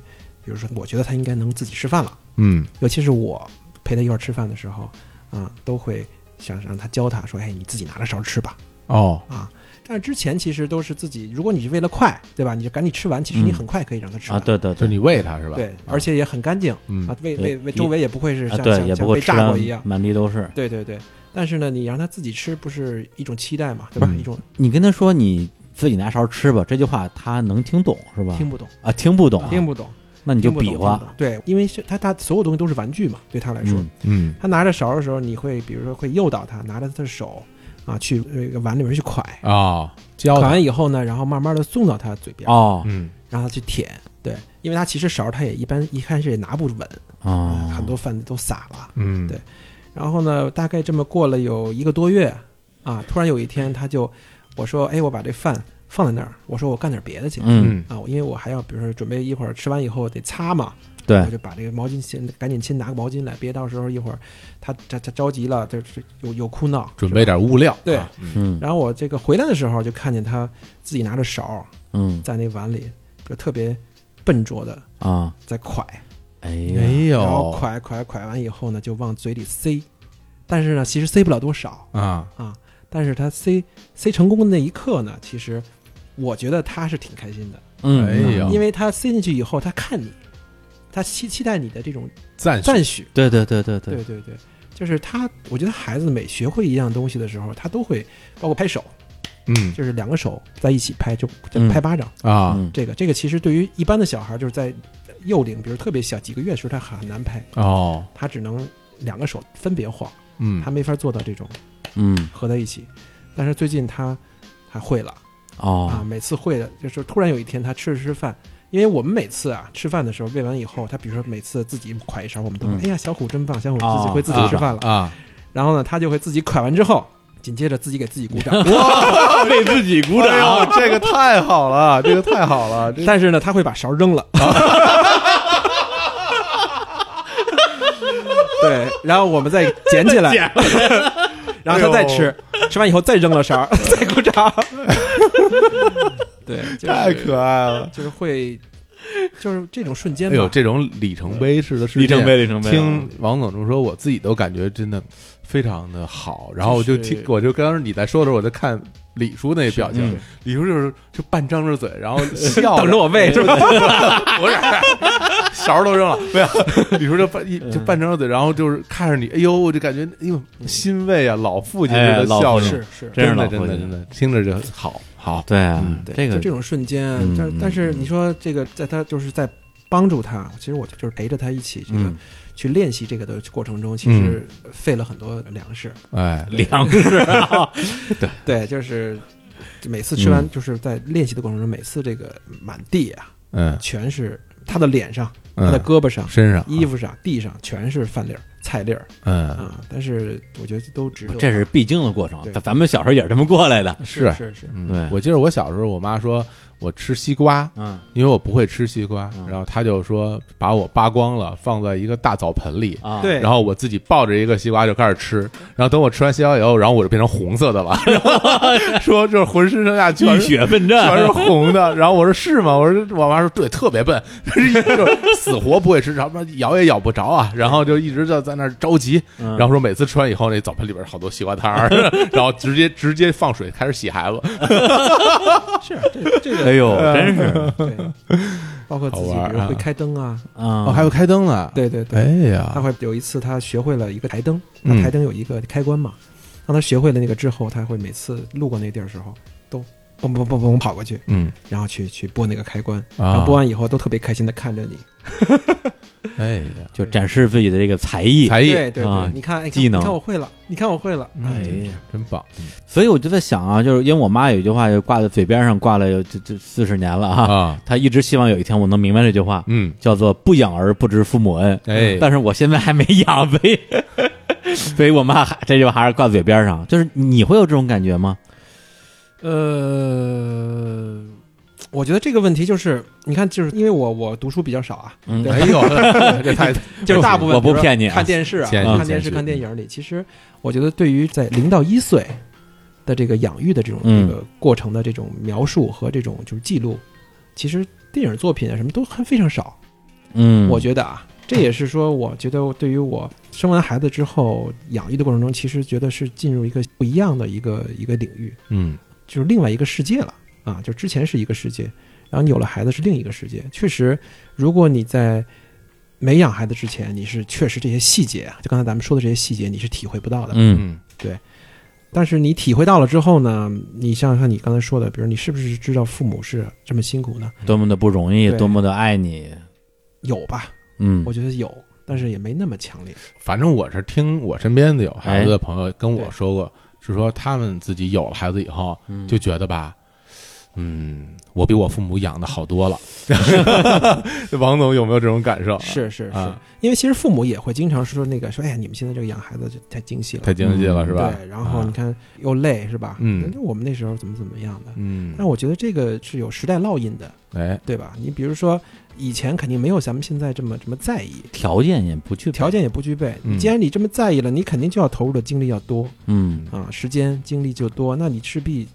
比如说我觉得他应该能自己吃饭了，嗯尤其是我。陪他一块儿吃饭的时候，啊，都会想让他教他说，哎，你自己拿着勺吃吧，哦，啊。但之前其实都是自己，如果你是为了快，对吧？你就赶紧吃完，其实你很快可以让他吃啊，完，对对就对，你喂它是吧？啊对，而且也很干净嗯啊，喂对喂也喂，周围也不会是啊像对，也像不像会被吃炸完过一样，满地都是。对对对。但是呢，你让他自己吃，不是一种期待嘛，对吧？嗯一种你跟他说你自己拿勺吃吧，这句话他能听懂是吧？听不懂，啊，听不懂啊，听不懂，那你就听不懂比划听不，懂对，因为是他他所有东西都是玩具嘛，对他来说，嗯嗯他拿着勺的时候，你会比如说会诱导他拿着他的手啊去那个碗里面去蒯，啊，教蒯它，完以后呢，然后慢慢的送到他嘴边，哦嗯让他去舔。对，因为他其实勺他也一般一开始也拿不稳，啊，很嗯多饭都撒了。嗯，对然后呢，大概这么过了有一个多月啊，突然有一天他就我说，哎，我把这饭放在那儿，我说我干点别的去。嗯，啊，我因为我还要，比如说准备一会儿吃完以后得擦嘛，对我，就把这个毛巾先赶紧先拿个毛巾来，别到时候一会儿他他他着急了，就是有有哭闹。准备点物料，对啊嗯嗯然后我这个回来的时候就看见他自己拿着勺嗯在那碗里就特别笨拙的啊，在蒯，哎哎呀，呦然后蒯蒯蒯完以后呢就往嘴里塞，但是呢其实塞不了多少，啊，但是他塞塞成功的那一刻呢，其实我觉得他是挺开心的，嗯，哎嗯呦因为他塞进去以后他看你，他期期待你的这种赞许赞许。对对对对对对对对，就是他，我觉得孩子每学会一样东西的时候，他都会包括拍手，嗯就是两个手在一起拍，就就嗯拍巴掌。啊嗯这个这个其实对于一般的小孩，就是在幼龄，比如特别小几个月的时候，他很难拍，哦，他只能两个手分别晃，嗯他没法做到这种嗯合在一起。但是最近他还会了啊，哦每次会的，就是突然有一天他吃着吃饭。因为我们每次啊吃饭的时候喂完以后，他比如说每次自己㧟一勺，我们都会、嗯哎呀小虎真棒，小虎自己哦会自己吃饭了。啊，然后呢，他就会自己蒯完之后，紧接着自己给自己鼓掌。 <laughs> 为自己鼓哎呦，这个太好了， <laughs> 这个太好了，这但是呢，他会把勺扔 <laughs> 了。对，然后我们再捡哎起来， <laughs> 然后他再吃，吃完以后再扔了勺， <laughs> 再鼓掌。对，就是、太可爱了。就是会，就是这种瞬间哎吧。呦，这种里程碑式的事件里程碑里程碑听王总这么说，我自己都感觉真的非常的好。然后我就就是听，我就刚刚你在说的时候，我在看李叔那表情是，李叔就是就半张着嘴，然后 <laughs> 笑，等着我喂是吧？ <laughs> 不是，勺都 <laughs> 扔了，没有。李叔就半一嗯就半张着嘴，然后就是看着你，哎呦，我就感觉哎呦欣慰啊，老父亲哎似的老笑父亲容，是是，真是真老的父真的亲真的，听着就好好，对啊，这嗯就个这种瞬间嗯，但嗯是但是嗯你说这个，在他就是在帮助他，其实我就是陪着他一起这个嗯去练习这个的过程中，其实费了很多粮食。哎，粮食啊对，就是每次吃完嗯，就是在练习的过程中，每次这个满地啊，嗯，全是他的脸上、嗯他的胳膊上、身上衣服上、地上全是饭粒儿、菜粒儿嗯哦啊。但是我觉得都值得。这是必经的过程，对咱咱们小时候也是这么过来的，是是是，嗯对我记得我小时候，我妈说我吃西瓜，嗯因为我不会吃西瓜，嗯然后她就说把我扒光了，放在一个大澡盆里。啊，对然后我自己抱着一个西瓜就开始吃，然后等我吃完西瓜以后，然后我就变成红色的了， <laughs> 然后说就是浑身上下全 <laughs> 浴是血奋全战，是红的。然后我说是吗？我说我妈说对，特别笨，就是死活不会吃，然后咬也咬不着啊。然后就一直就在那儿着急，然然后说每次吃完以后，那澡盆里边好多西瓜汤儿， <laughs> 然后直接直接放水开始洗孩子。啊是这这哎个呦，真 <laughs> 是 <laughs> 对，包括自己好玩儿比如啊会开灯啊，啊，哦，还有开灯呢。，对对对。哎他呀，会有一次，他学会了一个台灯，嗯那台灯有一个开关嘛，当他学会了那个之后，他会每次路过那地儿的时候，都嘣嘣嘣嘣跑过去，嗯，然后去去拨那个开关，然啊后拨，完以后都特别开心的看着你，哎呀，就展示自己的这个才艺，才艺嗯对对啊对，你看哎技能你看我会了，你看我会了，哎哎，呀。真棒。所以我就在想啊，就是因为我妈有一句话就挂在嘴边上，挂了有这这四十年了哈、啊，她一直希望有一天我能明白这句话，嗯，叫做“不养儿不知父母恩”。哎但是我现在还没养，所以 <laughs> 所以我妈还这句话还是挂嘴边上。就是你会有这种感觉吗？呃，我觉得这个问题就是，你看，就是因为我我读书比较 <laughs> 少啊，嗯对哎呦，这太就是大部分我不比如说骗你啊看电视啊，谦虚看电谦虚视看电影里，其实我觉得对于在零到一岁的这个养育的这种嗯这个过程的这种描述和这种就是记录，其实电影作品啊什么都还非常少。嗯，我觉得啊，这也是说，我觉得对于我生完孩子之后养育的过程中，其实觉得是进入一个不一样的一个一个领域，嗯就是另外一个世界了啊！就之前是一个世界，然后你有了孩子是另一个世界。确实，如果你在没养孩子之前，你是确实这些细节啊，就刚才咱们说的这些细节，你是体会不到的。嗯嗯但是你体会到了之后呢，你想想看你刚才说的，比如你是不是知道父母是这么辛苦呢？多么的不容易，嗯对多么的爱你，有吧？嗯我觉得有，但是也没那么强烈。反正我是听我身边的有孩子的朋友跟我说过，是说他们自己有了孩子以后，就觉得吧，嗯，我比我父母养的好多了。王总有没有这种感受？是是是，啊因为其实父母也会经常说那个说，哎呀，你们现在这个养孩子就太精细了，太经济了，嗯是吧？对，然后啊你看又累是吧？嗯就我们那时候怎么怎么样的。嗯，但我觉得这个是有时代烙印的，哎，对吧？你比如说，以前肯定没有咱们现在这么这么在意，条件也不具备，条件也不具备。嗯你既然你这么在意了，你肯定就要投入的精力要多嗯，啊，时间精力就多，那你势必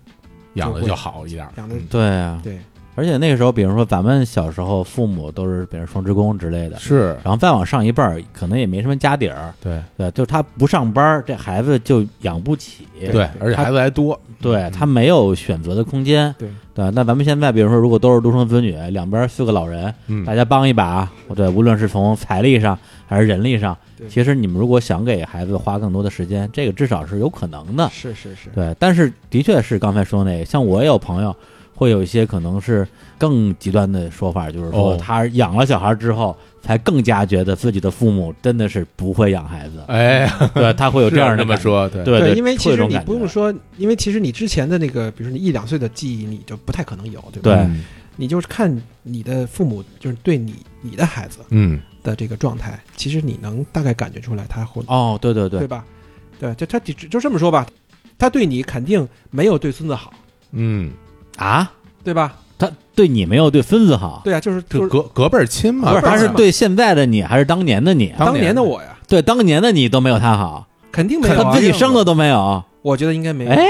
养的就好一点，养的嗯对啊，对而且那个时候，比如说咱们小时候，父母都是比如双职工之类的，是，然后再往上一辈儿，可能也没什么家底儿，对对，就是他不上班儿，这孩子就养不起，对而且孩子还多，对他没有选择的空间，对对。那咱们现在，比如说，如果都是独生子女，两边儿四个老人，嗯大，家帮一把，啊对，无论是从财力上还是人力上对，其实你们如果想给孩子花更多的时间，这个至少是有可能啊的，是是是，对。但是的确是刚才说那个，像我也有朋友会有一些可能是更极端的说法，就是说哦，他养了小孩之后，才更加觉得自己的父母真的是不会养孩子 <laughs> 哎，对他会有这这样的这么感觉，说，对，对因为会其有这实种你感觉不用说，因为其实你之前的那个，比如说你一两岁的记忆，你就不太可能有，对吧？对嗯你就是看你的父母，就是对你你的孩子嗯，的这个状态，其实你能大概感觉出来他会，哦，对对对对，吧？对，就他就就这么说吧，他对你肯定没有对孙子好，嗯，啊，对吧？他对你没有对孙子好，对啊，就是就这是隔隔辈儿亲嘛，不是，辈儿他是亲嘛对现在的你还是当年的你？当当年年的的我呀，对，当年的你都没有他好，肯定没有、啊，他自己生的，都没有。我觉得应该没有。哎，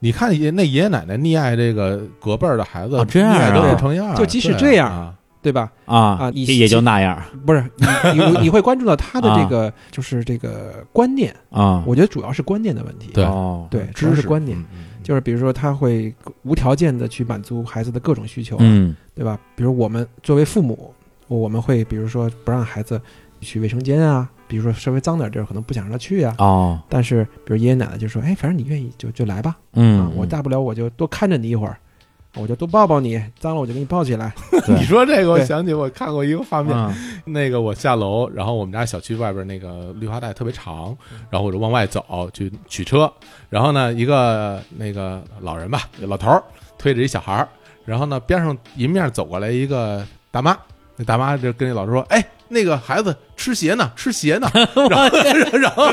你看爷那爷爷奶奶溺爱这个隔辈儿的孩子，哦这样啊溺爱都不成样儿，就即使对这样啊对吧？啊啊你也也就那样不是你你你会关注到他啊的这个、就是这个观念，啊。我觉得主要是观念的问题。对哦，对，知主要是识观念，嗯嗯嗯就是比如说他会无条件的去满足孩子的各种需求，啊嗯对吧？比如我们作为父母，我们会比如说不让孩子去卫生间啊，比如说稍微脏点地儿可能不想让他去啊。哦，但是比如爷爷奶奶就说，哎，反正你愿意就就来吧，啊嗯，，我大不了我就多看着你一会儿，我就多抱抱你，脏了我就给你抱起来。对你说这个，我对想起我看过一个画面，嗯那个我下楼，然后我们家小区外边那个绿化带特别长，然后我就往外走去取车，然后呢，一个那个老人吧，老头儿推着一小孩儿，然后呢边上迎面走过来一个大妈，那大妈就跟那老头说：“哎，那个孩子吃鞋呢，吃鞋 <laughs> 呢。”然后 <laughs> 然后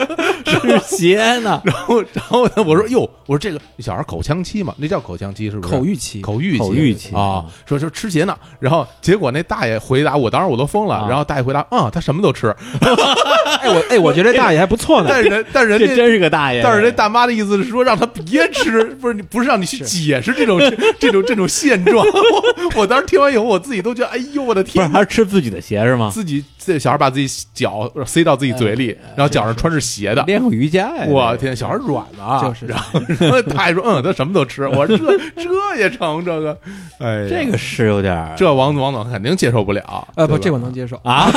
是鞋呢，然后然后呢，我说：“哟，我说这个小孩口腔期嘛，那叫口腔期是不是？口欲期，口欲口欲期啊，说说吃鞋呢，然后结果那大爷回答我，当时我都疯了，啊然后大爷回答，嗯，他什么都吃，哎我哎我觉得这大爷还不错 <laughs> 呢，但是人但是这人家。真是个大爷。但是这大妈的意思是说，让他别吃，不是你不是让你去解释这种这种这种现状。 <laughs> 我我当时听完以后，我自己都觉得，哎呦我的不是天！他是吃自己的鞋是吗？自己这小孩把自己脚塞到自己嘴里，然后脚上穿着鞋的，练过瑜伽呀我天，小孩软了啊！就是然后然后大爷说， <laughs> 嗯，他什么都吃。我说这这也成这个，哎呀，这个是有点儿这王王总肯定接受不了。呃对不，吧 <laughs> 这我能接受。啊，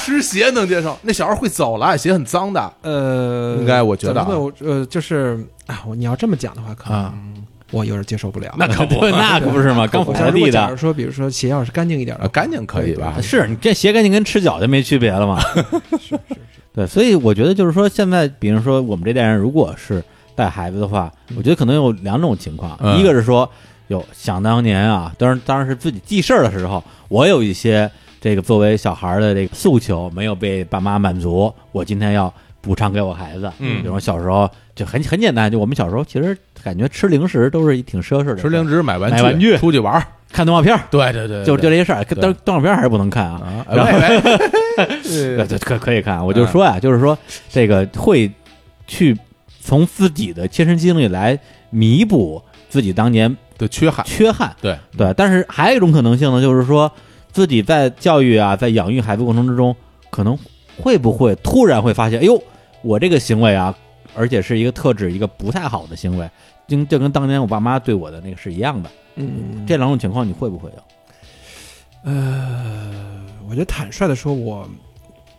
吃鞋能接受，那小孩会走了，鞋很脏的。呃，应该我觉得啊怎么说呢我呃，就是啊，我你要这么讲的话，可能我有点接受不了。啊那可 <laughs> 不对，那可不是嘛，刚 <laughs> 我才想，如地果假的如。说，比如说鞋要是干净一点啊，的，干净可以吧？是你这鞋赶紧跟吃饺子没区别了 <laughs> 嘛？是是是，对，所以我觉得就是说，现在比如说我们这代人，如果是带孩子的话，我觉得可能有两种情况，嗯一个是说，有想当年啊，当然当然是自己记事儿的时候，我有一些这个作为小孩儿的这个诉求没有被爸妈满足，我今天要补偿给我孩子。嗯比如说小时候就很很简单，就我们小时候其实感觉吃零食都是一挺奢侈的，吃零食、买玩买玩具出去玩儿，看动画片儿，对对对，就就这这些事儿。但是动画片儿还是不能看啊，啊，然后喂喂对对对，可可以看。我就说啊，就是说这个会去从自己的切身经历来弥补自己当年对，缺憾，缺憾。对对，但是还有一种可能性呢，就是说自己在教育啊，在养育孩子过程之中，可能会不会突然会发现，哎呦，我这个行为啊，而且是一个特指一个不太好的行为，就就跟当年我爸妈对我的那个是一样的。嗯，这两种情况你会不会有？呃，我觉得坦率的说，我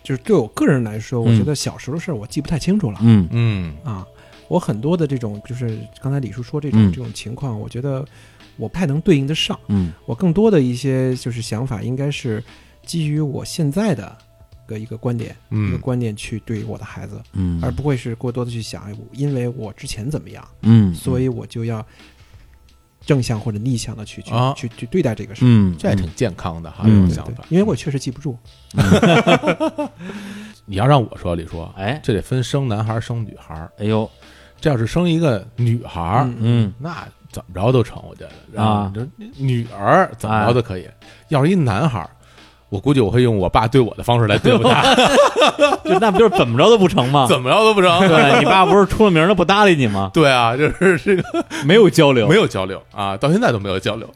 就是对我个人来说，我嗯觉得小时候的事儿我记不太清楚了、嗯嗯啊。我很多的这种，就是刚才李叔说这种、嗯这种情况，我觉得我不太能对应得上。嗯我更多的一些就是想法，应该是基于我现在的一个一个观点，一嗯个观念去对我的孩子，嗯，而不会是过多的去想，哎我因为我之前怎么样，嗯，所以我就要正向或者逆向的去去、啊去去对待这个事儿。嗯，这还挺健康的哈，这嗯种对想对法。因为我确实记不住。你要让我说，李叔，啊哎这得分生男孩儿生女孩儿。哎呦这要是生一个女孩儿，嗯嗯那怎么着都成，我觉得啊，然后你这女儿怎么着都可以。要是一男孩儿，我估计我会用我爸对我的方式来对付他，就那不就是 <laughs> 怎么着都不成吗？怎么着都不成。对你爸不是出了名的不搭理你吗？对啊，就是这个 <laughs> 没有交流，没有交流啊，到现在都没有交流。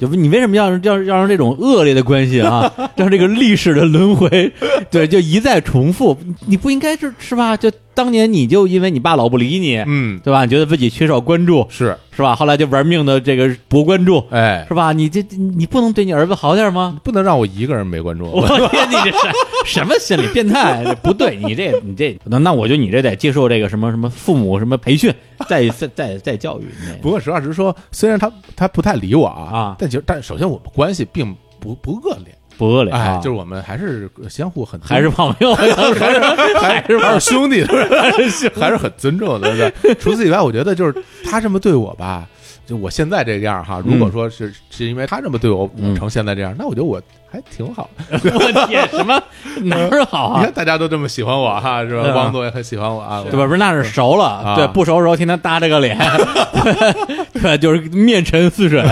就你为什么要要要让这种恶劣的关系啊，让这个历史的轮回，对，就一再重复？你不应该是是吧？就当年你就因为你爸老不理你，嗯，对吧？你觉得自己缺少关注是，是吧？后来就玩命的这个博关注哎，是吧？你这你不能对你儿子好点吗？不能让我一个人没关注。我天，你这是什么心理变态？这不对，你这 <laughs> 你这那那我就你这得接受这个什么什么父母什么培训， <laughs> 再再再再教育你。不过实话实说，虽然他他不太理我啊啊，但其实但首先我们关系并不不恶劣，不恶劣哎啊，，就是我们还是相互很还是朋友， <laughs> 还是还是还是兄弟，还是还是很尊重的。对不对除此以外，我觉得就是他这么对我吧，就我现在这个样哈。如果说是是因为他这么对我，我嗯成现在这样，那我觉得我还挺好。我天，什么哪儿好你啊看？大家都这么喜欢我哈，是吧？对啊汪总也很喜欢我啊，对吧？不是那是熟了，啊对，不熟的时候天天搭着个脸， <laughs> 对，就是面沉似水，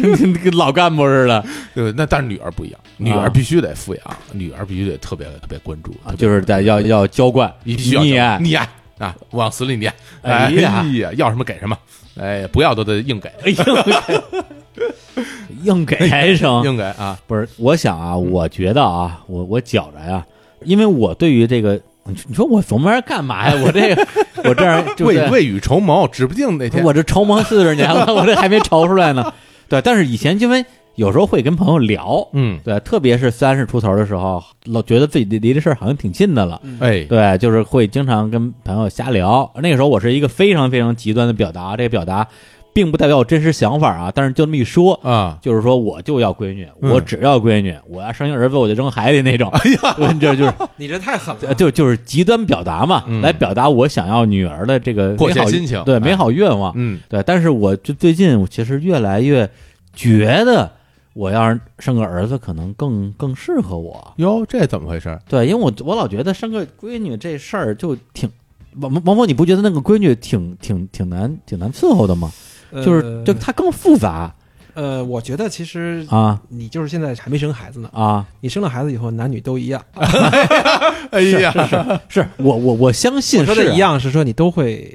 跟跟老干部似的，对吧？那但是女儿不一样，女儿啊必须得富养，女儿必须得特别特别关注，特别就是在要要浇灌，你必须要溺爱，溺爱啊，往死里溺爱。哎呀呀，要什么给什么，哎，不要都得硬给，哎 <laughs> 呦，硬给还成，硬给啊。不是，我想啊，我觉得啊，我我觉着呀、因为我对于这个，你你说我琢磨着干嘛呀？我这个，我这样就未是未雨绸缪，指不定哪天我这筹谋四十年了，我这还没筹出来呢。对，但是以前因为有时候会跟朋友聊，嗯，对，特别是三十出头的时候，老觉得自己离离这事儿好像挺近的了。哎，对，就是会经常跟朋友瞎聊。那个时候我是一个非常非常极端的表达，这个表达并不代表我真实想法啊，但是就这么一说，啊，就是说我就要闺女，嗯我只要闺女，我要生一儿子我就扔海里那种。哎呀，这 <laughs> 就是你这太狠呃就就是极端表达嘛，嗯来表达我想要女儿的这个迫切美好心情对哎美好愿望。嗯，对，但是我就最近我其实越来越觉得，我要是生个儿子可能更更适合我。哟，这怎么 <laughs> 回事？对，因为我我老觉得生个闺女这事儿就挺。王王王峰，你不觉得那个闺女挺挺挺难挺难伺候的吗？就是就她更复杂呃，我觉得其实啊你就是现在还没生孩子呢，啊！你生了孩子以后，男女都一样。哎呀， <laughs> 是我我我相信我说是的啊一样是说你都会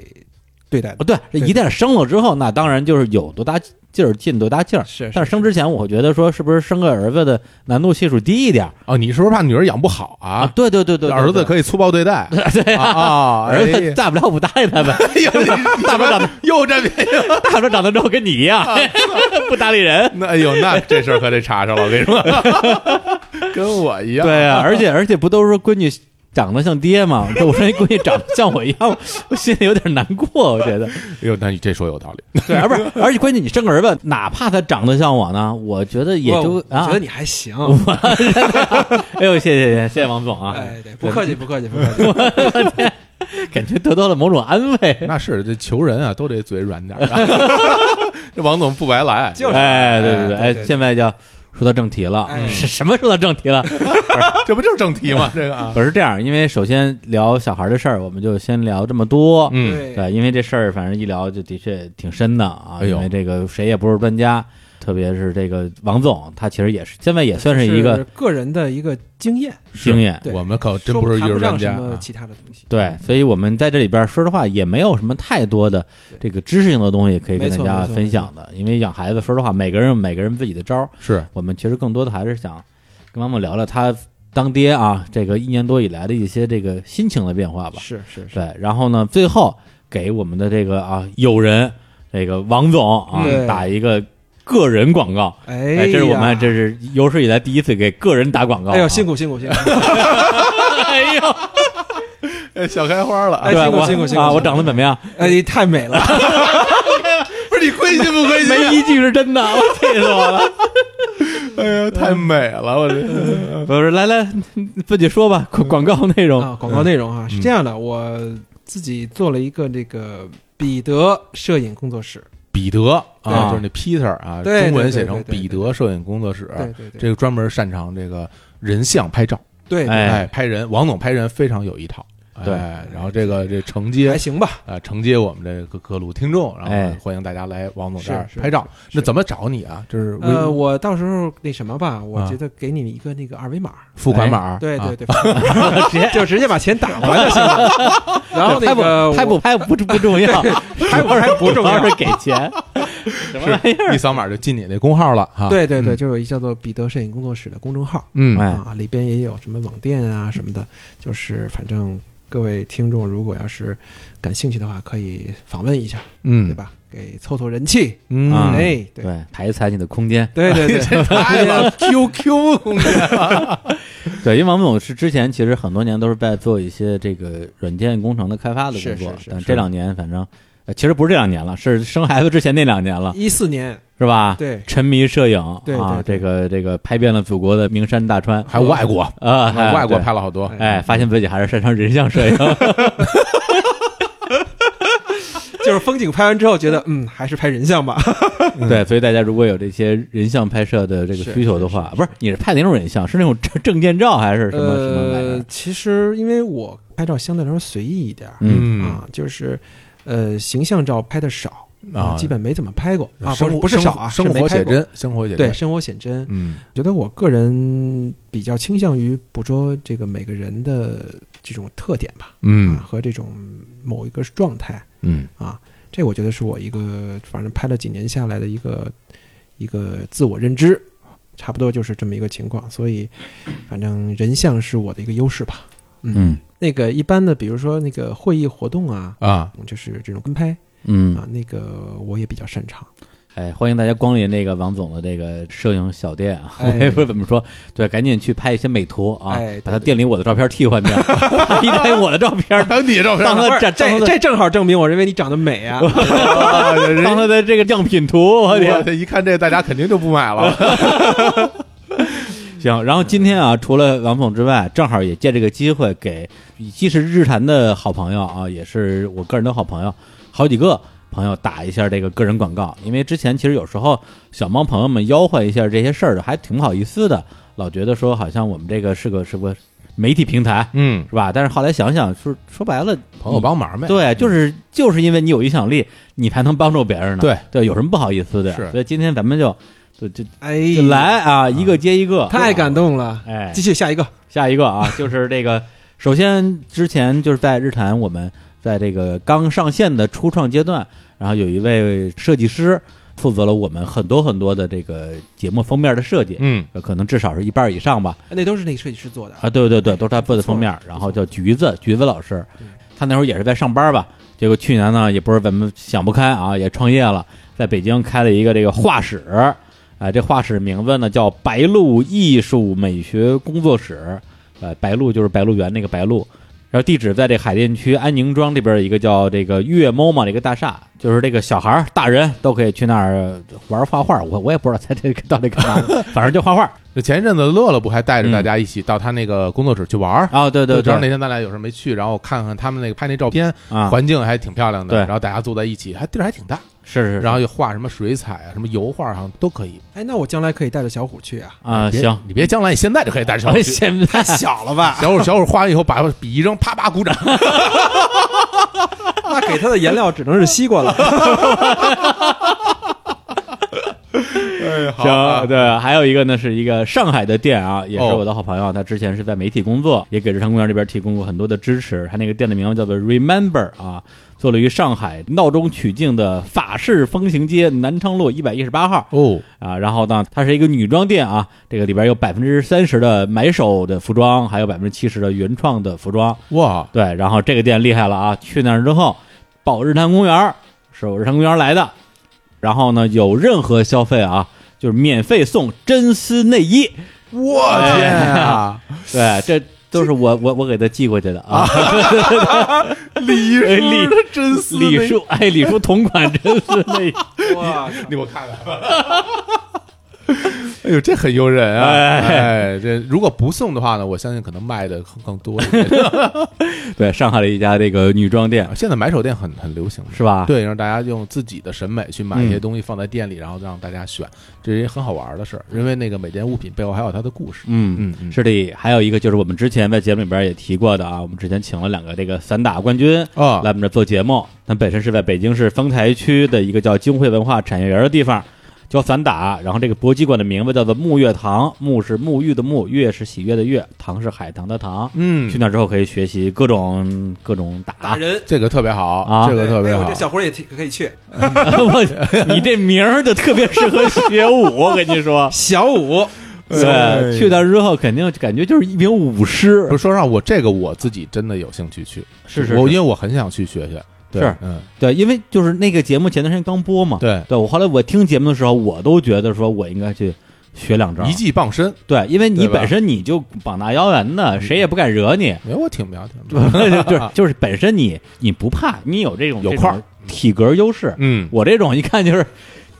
对待哦，的，对，这一旦生了之后，那当然就是有多大劲儿尽多大劲儿。是但是生之前，我觉得说是不是生个儿子的难度系数低一点儿哦，你是不是怕女儿养不好啊？啊？对对对对，对儿子可以粗暴对待 <laughs> 对啊啊，啊， <laughs> 儿哎子呀大不了不搭理他呗，哎呦， <laughs> 你大不了又占便宜 <laughs> 了，大不了长大之后跟你一样 <laughs> 不搭理人。那哎呦，那这事儿可得查上了，我跟你说， <laughs> 跟我一样，哎对啊，而且而且不都是说闺女长得像爹吗？我说你闺女长得像我一样， <laughs> 我心里有点难过，我觉得。哎呦，那你这说有道理，对，啊不是，而且关键你生个儿子，哪怕他长得像我呢，我觉得也我就我啊觉得，你还行。哎呦，谢谢谢谢谢谢王总啊，哎，对，不客气，不客气，不客气。感觉得到了某种安慰。 <laughs> 那是这求人啊，都得嘴软点儿啊， <laughs> 这王总不白来，就是哎，对对对，哎对哎，对现在就说到正题了哎，是 <laughs> 什么说到正题了？这不就是正题 <laughs> 吗？这个啊，不是这样，因为首先聊小孩的事儿，我们就先聊这么多。嗯，对，对，因为这事儿反正一聊就的确挺深的啊，哎呦因为这个谁也不是专家，特别是这个王总，他其实也是现在也算是一个个人的一个经验，经验。对我们可真说不是艺谈术不专上什家么啊，其他的东西。对，所以我们在这里边说实话也没有什么太多的这个知识性的东西可以跟大没错家没错分享的，因为养孩子说实话每个人有每个人自己的招儿，是我们其实更多的还是想跟妈妈聊聊她当爹啊，这个一年多以来的一些这个心情的变化吧。是是是，对，然后呢，最后给我们的这个啊友人，这个王总啊嗯打一个个人广告。哎，哎这是我们呀这是哦有史以来第一次给个人打广告。哎呦，辛苦！苦辛 <laughs> 苦辛苦，哎呦，哎，小开花了啊哎对吧辛苦我辛苦辛苦啊！我长得怎么样？哎，太美 <laughs> 了，不是你亏心啊不亏没一句是 <laughs> 真的，我气死我了！哎呀，太美了，我这我说来来，自己说吧，广广告内容。啊，广告内容嗯啊、是这样的，我自己做了一个这个彼得摄影工作室，彼得啊，啊就是那 Peter 啊，对中文写对成对对对彼得摄影工作室，啊对对对，这个专门擅长这个人像拍照，对哎哎，拍人，王总拍人非常有一套。对哎，然后这个这承还接行吧，呃承接我们这个各路听众，然后哎呢欢迎大家来王总这儿是是拍照。是那怎么找你啊？就是微呃，我到时候那什么吧，我啊觉得给你一个那个二维码，付哎款码，对啊对对， <laughs> 就直接把钱打过来就行了。然后那拍不个拍不拍不不重要， <laughs> 拍不拍不 <laughs> 重主要要，是给钱。什么玩意儿？一扫码就进你那公号了哈。，对对对，嗯就有一叫做彼得摄影工作室的公众号嗯，哎啊，里边也有什么网店啊什么的，就是反正各位听众如果要是感兴趣的话，可以访问一下，对嗯吧？给凑凑人气，嗯，啊哎，对对，踩一踩你的空 <laughs> 间。对对对，太了 QQ 空间，对，因为王总是之前其实很多年都是在做一些这个软件工程的开发的是工作，是是但是这两年反正、呃其实不是这两年了，是生孩子之前那两年了，一四年，是吧？，对，沉迷摄影对啊，对对这个这个拍遍了祖国的名山大川还有外国，啊，还外国对拍了好多，哎，发现自己还是擅长人像 <laughs> 摄影，就是风景拍完之后觉得，嗯，还是拍人像吧，对，所以大家如果有这些人像拍摄的这个是需求的话，不是你是拍哪种人像？是那种证证件照还是什么什么玩意呃儿？，其实因为我拍照相对来说随意一点儿，嗯啊，就是呃，形象照拍的少啊基本没怎么拍过啊，不嗯生是活不是生少啊，生是没活拍写过。真，生活写真对，，生活写真，嗯觉得我个人比较倾向于捕捉这个每个人的这种特点吧，啊，嗯和这种某一个状态嗯啊，这我觉得是我一个反正拍了几年下来的一个一个自我认知，差不多就是这么一个情况，所以反正人像是我的一个优势吧。嗯那个一般的，比如说那个会议活动啊，啊，就是这种跟拍嗯啊，，那个我也比较擅长。哎，欢迎大家光临那个王总的这个摄影小店啊！哎 <laughs> 我也不知道怎么说，对，赶紧去拍一些美图啊，哎对把他店里我的照片替换掉， <laughs> 他一拍我的照 <laughs> 片，还有你的照 <laughs> 片当呢，他啊不这是当他这的这正好证明我认为你长得美啊！啊人当他的这个样品图，我我天，这一看这，大家肯定就不 <laughs> 买了。嗯行。然后今天啊，除了王总之外，正好也借这个机会给，既是日坛的好朋友啊，也是我个人的好朋友，好几个朋友打一下这个个人广告，因为之前其实有时候小猫朋友们吆喝一下这些事儿的，还挺不好意思的，老觉得说好像我们这个是个是个媒体平台。嗯，是吧？但是后来想想，说说白了，朋友帮忙呗。对，就是就是因为你有影响力，你才能帮助别人呢。对对，有什么不好意思的呀？是所以今天咱们就就就哎就，来啊，一个接一个，太感动了！哎继，续下一个，下一个啊，就是这个，首先之前就是在日坛，我们在这个刚上线的初创阶段，然后有一位设计师负责了我们很多很多的这个节目封面的设计，嗯，呃可能至少是一半以上吧。那都是那个设计师做的。啊，对对对，都是他做的封面儿，然后叫橘子，橘子老师嗯，他那会儿也是在上班吧，结果去年呢，也不是怎么想不开啊，也创业了，在北京开了一个这个画室，哎、这画室名字呢叫白鹿艺术美学工作室，呃，白鹿就是白鹿原那个白鹿。然后地址在这海淀区安宁庄这边有一个叫这个月 MOMA 的一个大厦，就是这个小孩儿、大人都可以去那儿玩画画。我我也不知道他这个 <laughs> 到底干嘛的，反正就画画。就前一阵子乐乐不还带着大家一起到他那个工作室去玩儿？啊、对对正好那对，天咱俩有事没去，然后看看他们那个拍那照片，啊，环境还挺漂亮的。对然后大家坐在一起，还地儿还挺大，是是是，然后又画什么水彩啊，什么油画，好像都可以哎，那我将来可以带着小虎去啊？啊，别行，哎你别将来，你现在就可以带着小我虎去。现在小了吧？ <laughs> 小虎，小虎画完以后，把笔一扔，啪啪鼓掌。那给他的颜料只能是西瓜 <laughs> 了。哎， <laughs> 好啊行，对，还有一个呢是一个上海的店啊，也是我的好朋友，他之前是嗯在媒体工作，也给日常公园这边提供过很多的支持。他那个店的名字叫做 Remember 啊，坐落于上海闹中取静的法式风情街南昌路一百一十八号哦，啊。然后呢，它是一个女装店啊，这个里边有百分之三十的买手的服装，还有百分之七十的原创的服装。哇，对，然后这个店厉害了啊！去那儿之后，报日坛公园儿是我日坛公园儿来的，然后呢，有任何消费啊，就是免费送真丝内衣。我天啊！对，这都是我我我给他寄过去的啊。李 <laughs> 哎李的真丝内李，叔，哎，李叔同款真丝内衣，哇， <laughs> 你给我看看。 <laughs> 哎呦，这很诱人啊！哎哎，这如果不送的话呢，我相信可能卖的更更多一 <laughs> 点。对，上海的一家这个女装店现在买手店很很流行的，是吧？对，让大家用自己的审美去买一些啊嗯东西放在店里，然后让大家选，这是一个很好玩的事儿。因为那个每件物品背后还有它的故事。嗯。嗯嗯，是的，还有一个就是我们之前在节目里边也提过的啊，我们之前请了两个这个散打冠军，啊来我们这儿做节目。他们本身是在北京市丰台区的一个叫京汇文化产业园的地方教散打，然后这个搏击馆的名字叫做沐月堂，沐是沐浴的沐，月是喜悦的月，堂是海棠的堂。嗯去，那之后可以学习各种各种打打，人。这个特别好，啊这个特别哎好我这。小伙儿也挺可以去。我你这名儿就特别适合学武，我跟你 <laughs> 说小五，对，去那之后肯定感觉就是一名武师不，是说实话，我这个我自己真的有兴趣去，是是我因是为我很想去学学。对是啊嗯，对，因为就是那个节目前段时间刚播嘛，对，对我后来我听节目的时候，我都觉得说我应该去学两招，一技傍身，对，因为你对吧嗯本身你就膀大腰圆的，谁也不敢惹 <laughs>。你没有哎我挺苗条的，就是就是本身你你不怕，你有这种有这块儿种体格优势。嗯，我这种一看就是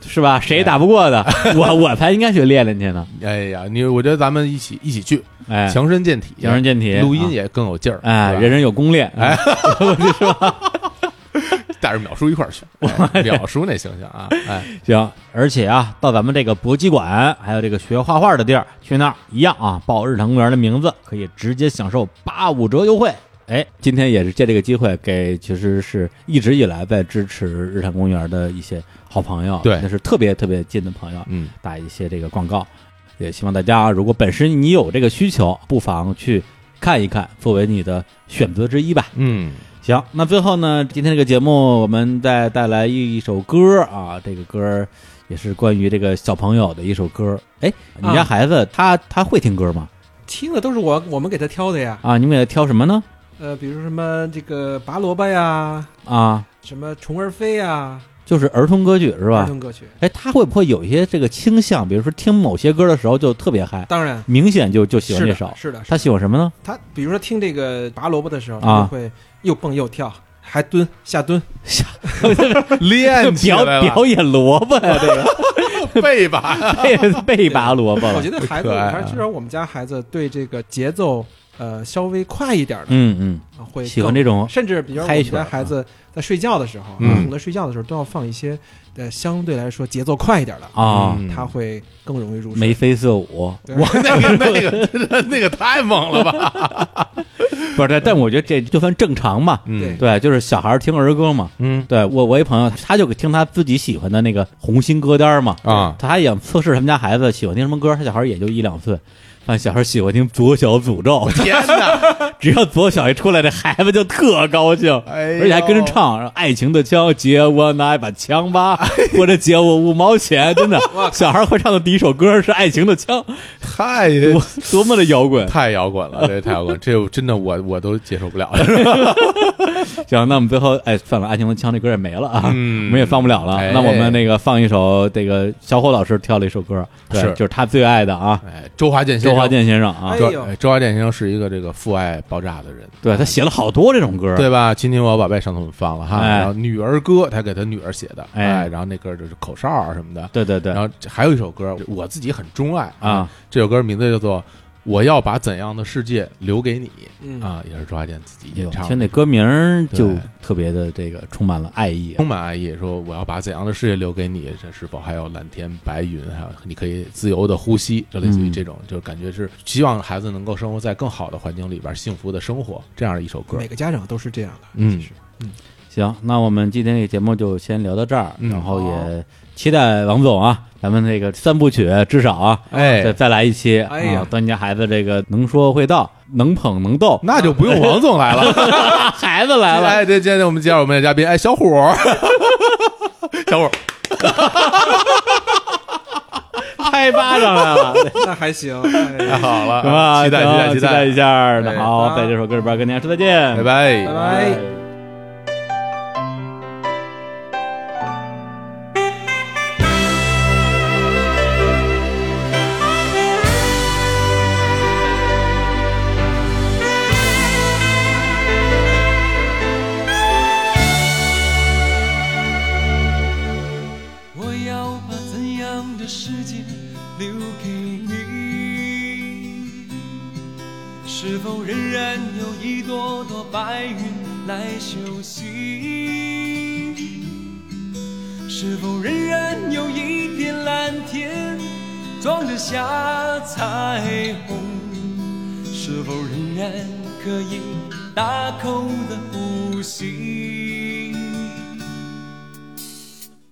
是吧，谁也打不过 <laughs> 的，我我才应该去练练去呢。哎呀，你我觉得咱们一起一起去，哎，强身健体，强身健体，录音也更有劲儿，啊哎，是吧人人有攻略，哎我就说带着淼叔一块 <laughs> 儿去，哎淼叔那形象啊，哎，行，而且啊，到咱们这个搏击馆，还有这个学画画的地儿，去那儿一样啊，报日坛公园的名字，可以直接享受八五折优惠。哎，今天也是借这个机会给，其实是一直以来在支持日坛公园的一些好朋友，对那是特别特别近的朋友，嗯，打一些这个广告。也希望大家，啊如果本身你有这个需求，不妨去看一看，作为你的选择之一吧。嗯，行，那最后呢，今天这个节目我们再带来一首歌啊，这个歌也是关于这个小朋友的一首歌。哎，你家啊孩子、他他会听歌吗？听的都是我我们给他挑的呀。啊，你们给他挑什么呢？呃，比如什么这个拔萝卜呀，啊，什么虫儿飞呀，就是儿童歌曲是儿吧？童歌曲。哎，他会不会有一些这个倾向？比如说听某些歌的时候就特别嗨，当然，明显就就喜欢是这的，首。是的，是的他喜欢什么呢？他比如说听这个拔萝卜的时候，啊他就会又蹦又跳，还蹲下蹲。 <laughs> 练起表来了，表演萝卜呀，<laughs> 这个背吧，背背拔萝卜我了觉。得孩子，可爱啊还是至少我们家孩子对这个节奏呃稍微快一点的嗯嗯，啊，会喜欢更这种甚至比如我嗨们曲儿家孩子在睡觉的时候，嗯哄他睡觉的时候，都要放一些呃相对来说节奏快一点的，啊，嗯他会更容易入眉睡。飞色舞。对我 <laughs> 那个那个真的那个太猛了吧，不是，但但我觉得这就算正常嘛。嗯对对，就是小孩儿听儿歌嘛。嗯对我，我一朋友，他就听他自己喜欢的那个红心歌单嘛，啊，他也测试他们家孩子喜欢听什么歌，他小孩儿也就一两岁，但小孩儿喜欢听左小诅咒， <laughs> 天哪，只要左小一出来，这孩子就特高兴，哎呦而且还跟着唱《爱情的枪》，借我那一把枪吧，哎或者借我五毛钱，真的，小孩儿会唱的第一首歌是《爱情的枪》，太多多么的摇滚！太摇滚了，这太摇滚，这真的我我都接受不了，行，那我们最后，哎，算了，《爱情的枪》这歌也没了 <laughs> 啊，嗯我们也放不了了。哎那我们那个放一首，这个小伙老师挑了一首歌，对，是就是他最爱的啊，哎，周华健先周生，华健先生啊哎，周呦哎周华健先生是一个这个父爱爆炸的人。对他写了好多这种歌，对吧？亲亲我宝贝上次我们放了哈，哎然后女儿歌他给他女儿写的，哎哎，然后那歌就是口哨啊什么的，对对对然后这还有一首歌我自己很钟爱啊，这首歌名字叫做《我要把怎样的世界留给你》嗯啊，也是周华健自己哎呦演唱听的那，歌名儿就对嗯特别的这个充满了爱意啊充满爱意，说我要把怎样的世界留给你，这是否还有蓝天白云，还有你可以自由的呼吸，就类似于嗯这种，就感觉是希望孩子能够生活在更好的环境里边，幸福的生活这样的一首歌每，个家长都是这样的。嗯其实行，那我们今天这个节目就先聊到这儿，嗯然后好也期待王总啊，咱们这个三部曲至少啊，哎，再再来一期，哎呀啊，当你家孩子这个能说会道，能捧能逗那就不用王总来了。孩子 <laughs> 来 <laughs> 了，哎，这今天我们介绍我们的嘉宾，哎，小虎， <laughs> 小虎，拍巴掌来了， <laughs> 那还行，哎太好了，是吧？期待行期待期待一下，下。对那好，在这首歌里边跟大家说再见，拜。拜。拜拜。我要把怎样的世界留给你？是否仍然有一朵朵白云来休息？是否仍然有一片蓝天装得下彩虹？是否仍然可以大口的呼吸？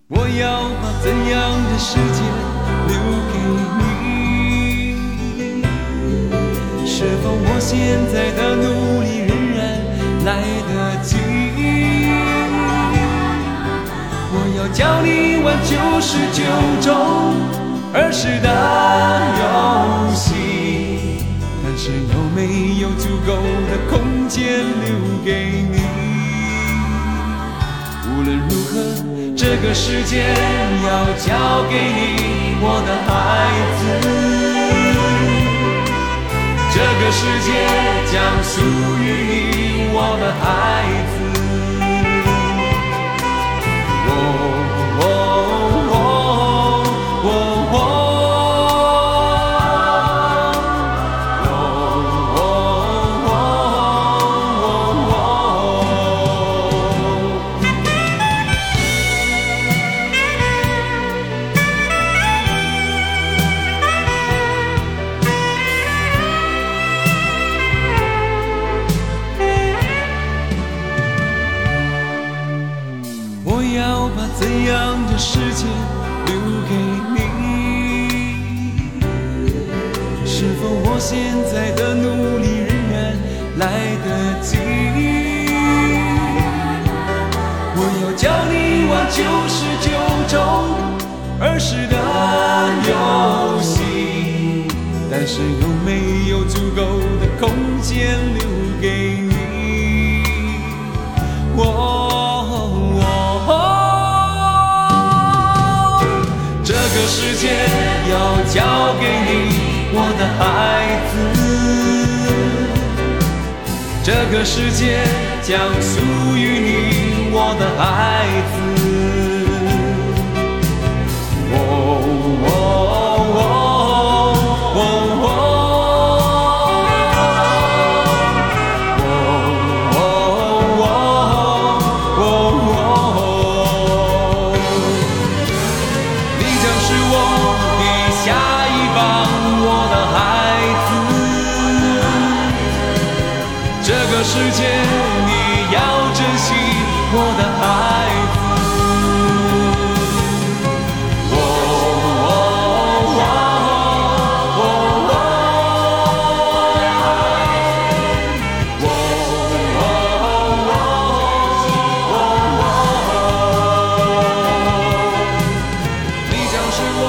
我要把怎样的世界留给你？是否我现在的努力仍然来得及？我要教你玩九十九种儿时的游戏，但是有没有足够的空间留给你？无论如何，这个世界要交给你，我的孩子。这个世界将属于你，我的孩子。哦哦哦哦哦哦哦哦哦。我要把怎样的世界留给你？是否我现在的努力仍然来得及？我要教你玩九十九种儿时的游戏，但是有没有足够的空间留给你？我，这个世界要交给你，我的孩子。这个世界将属于你，我的孩子。哦哦哦哦哦哦哦哦哦哦你将是我的下一棒，我的孩子。这个世界你要珍惜，我的孩子。哦哦哦哦哦。你将是我。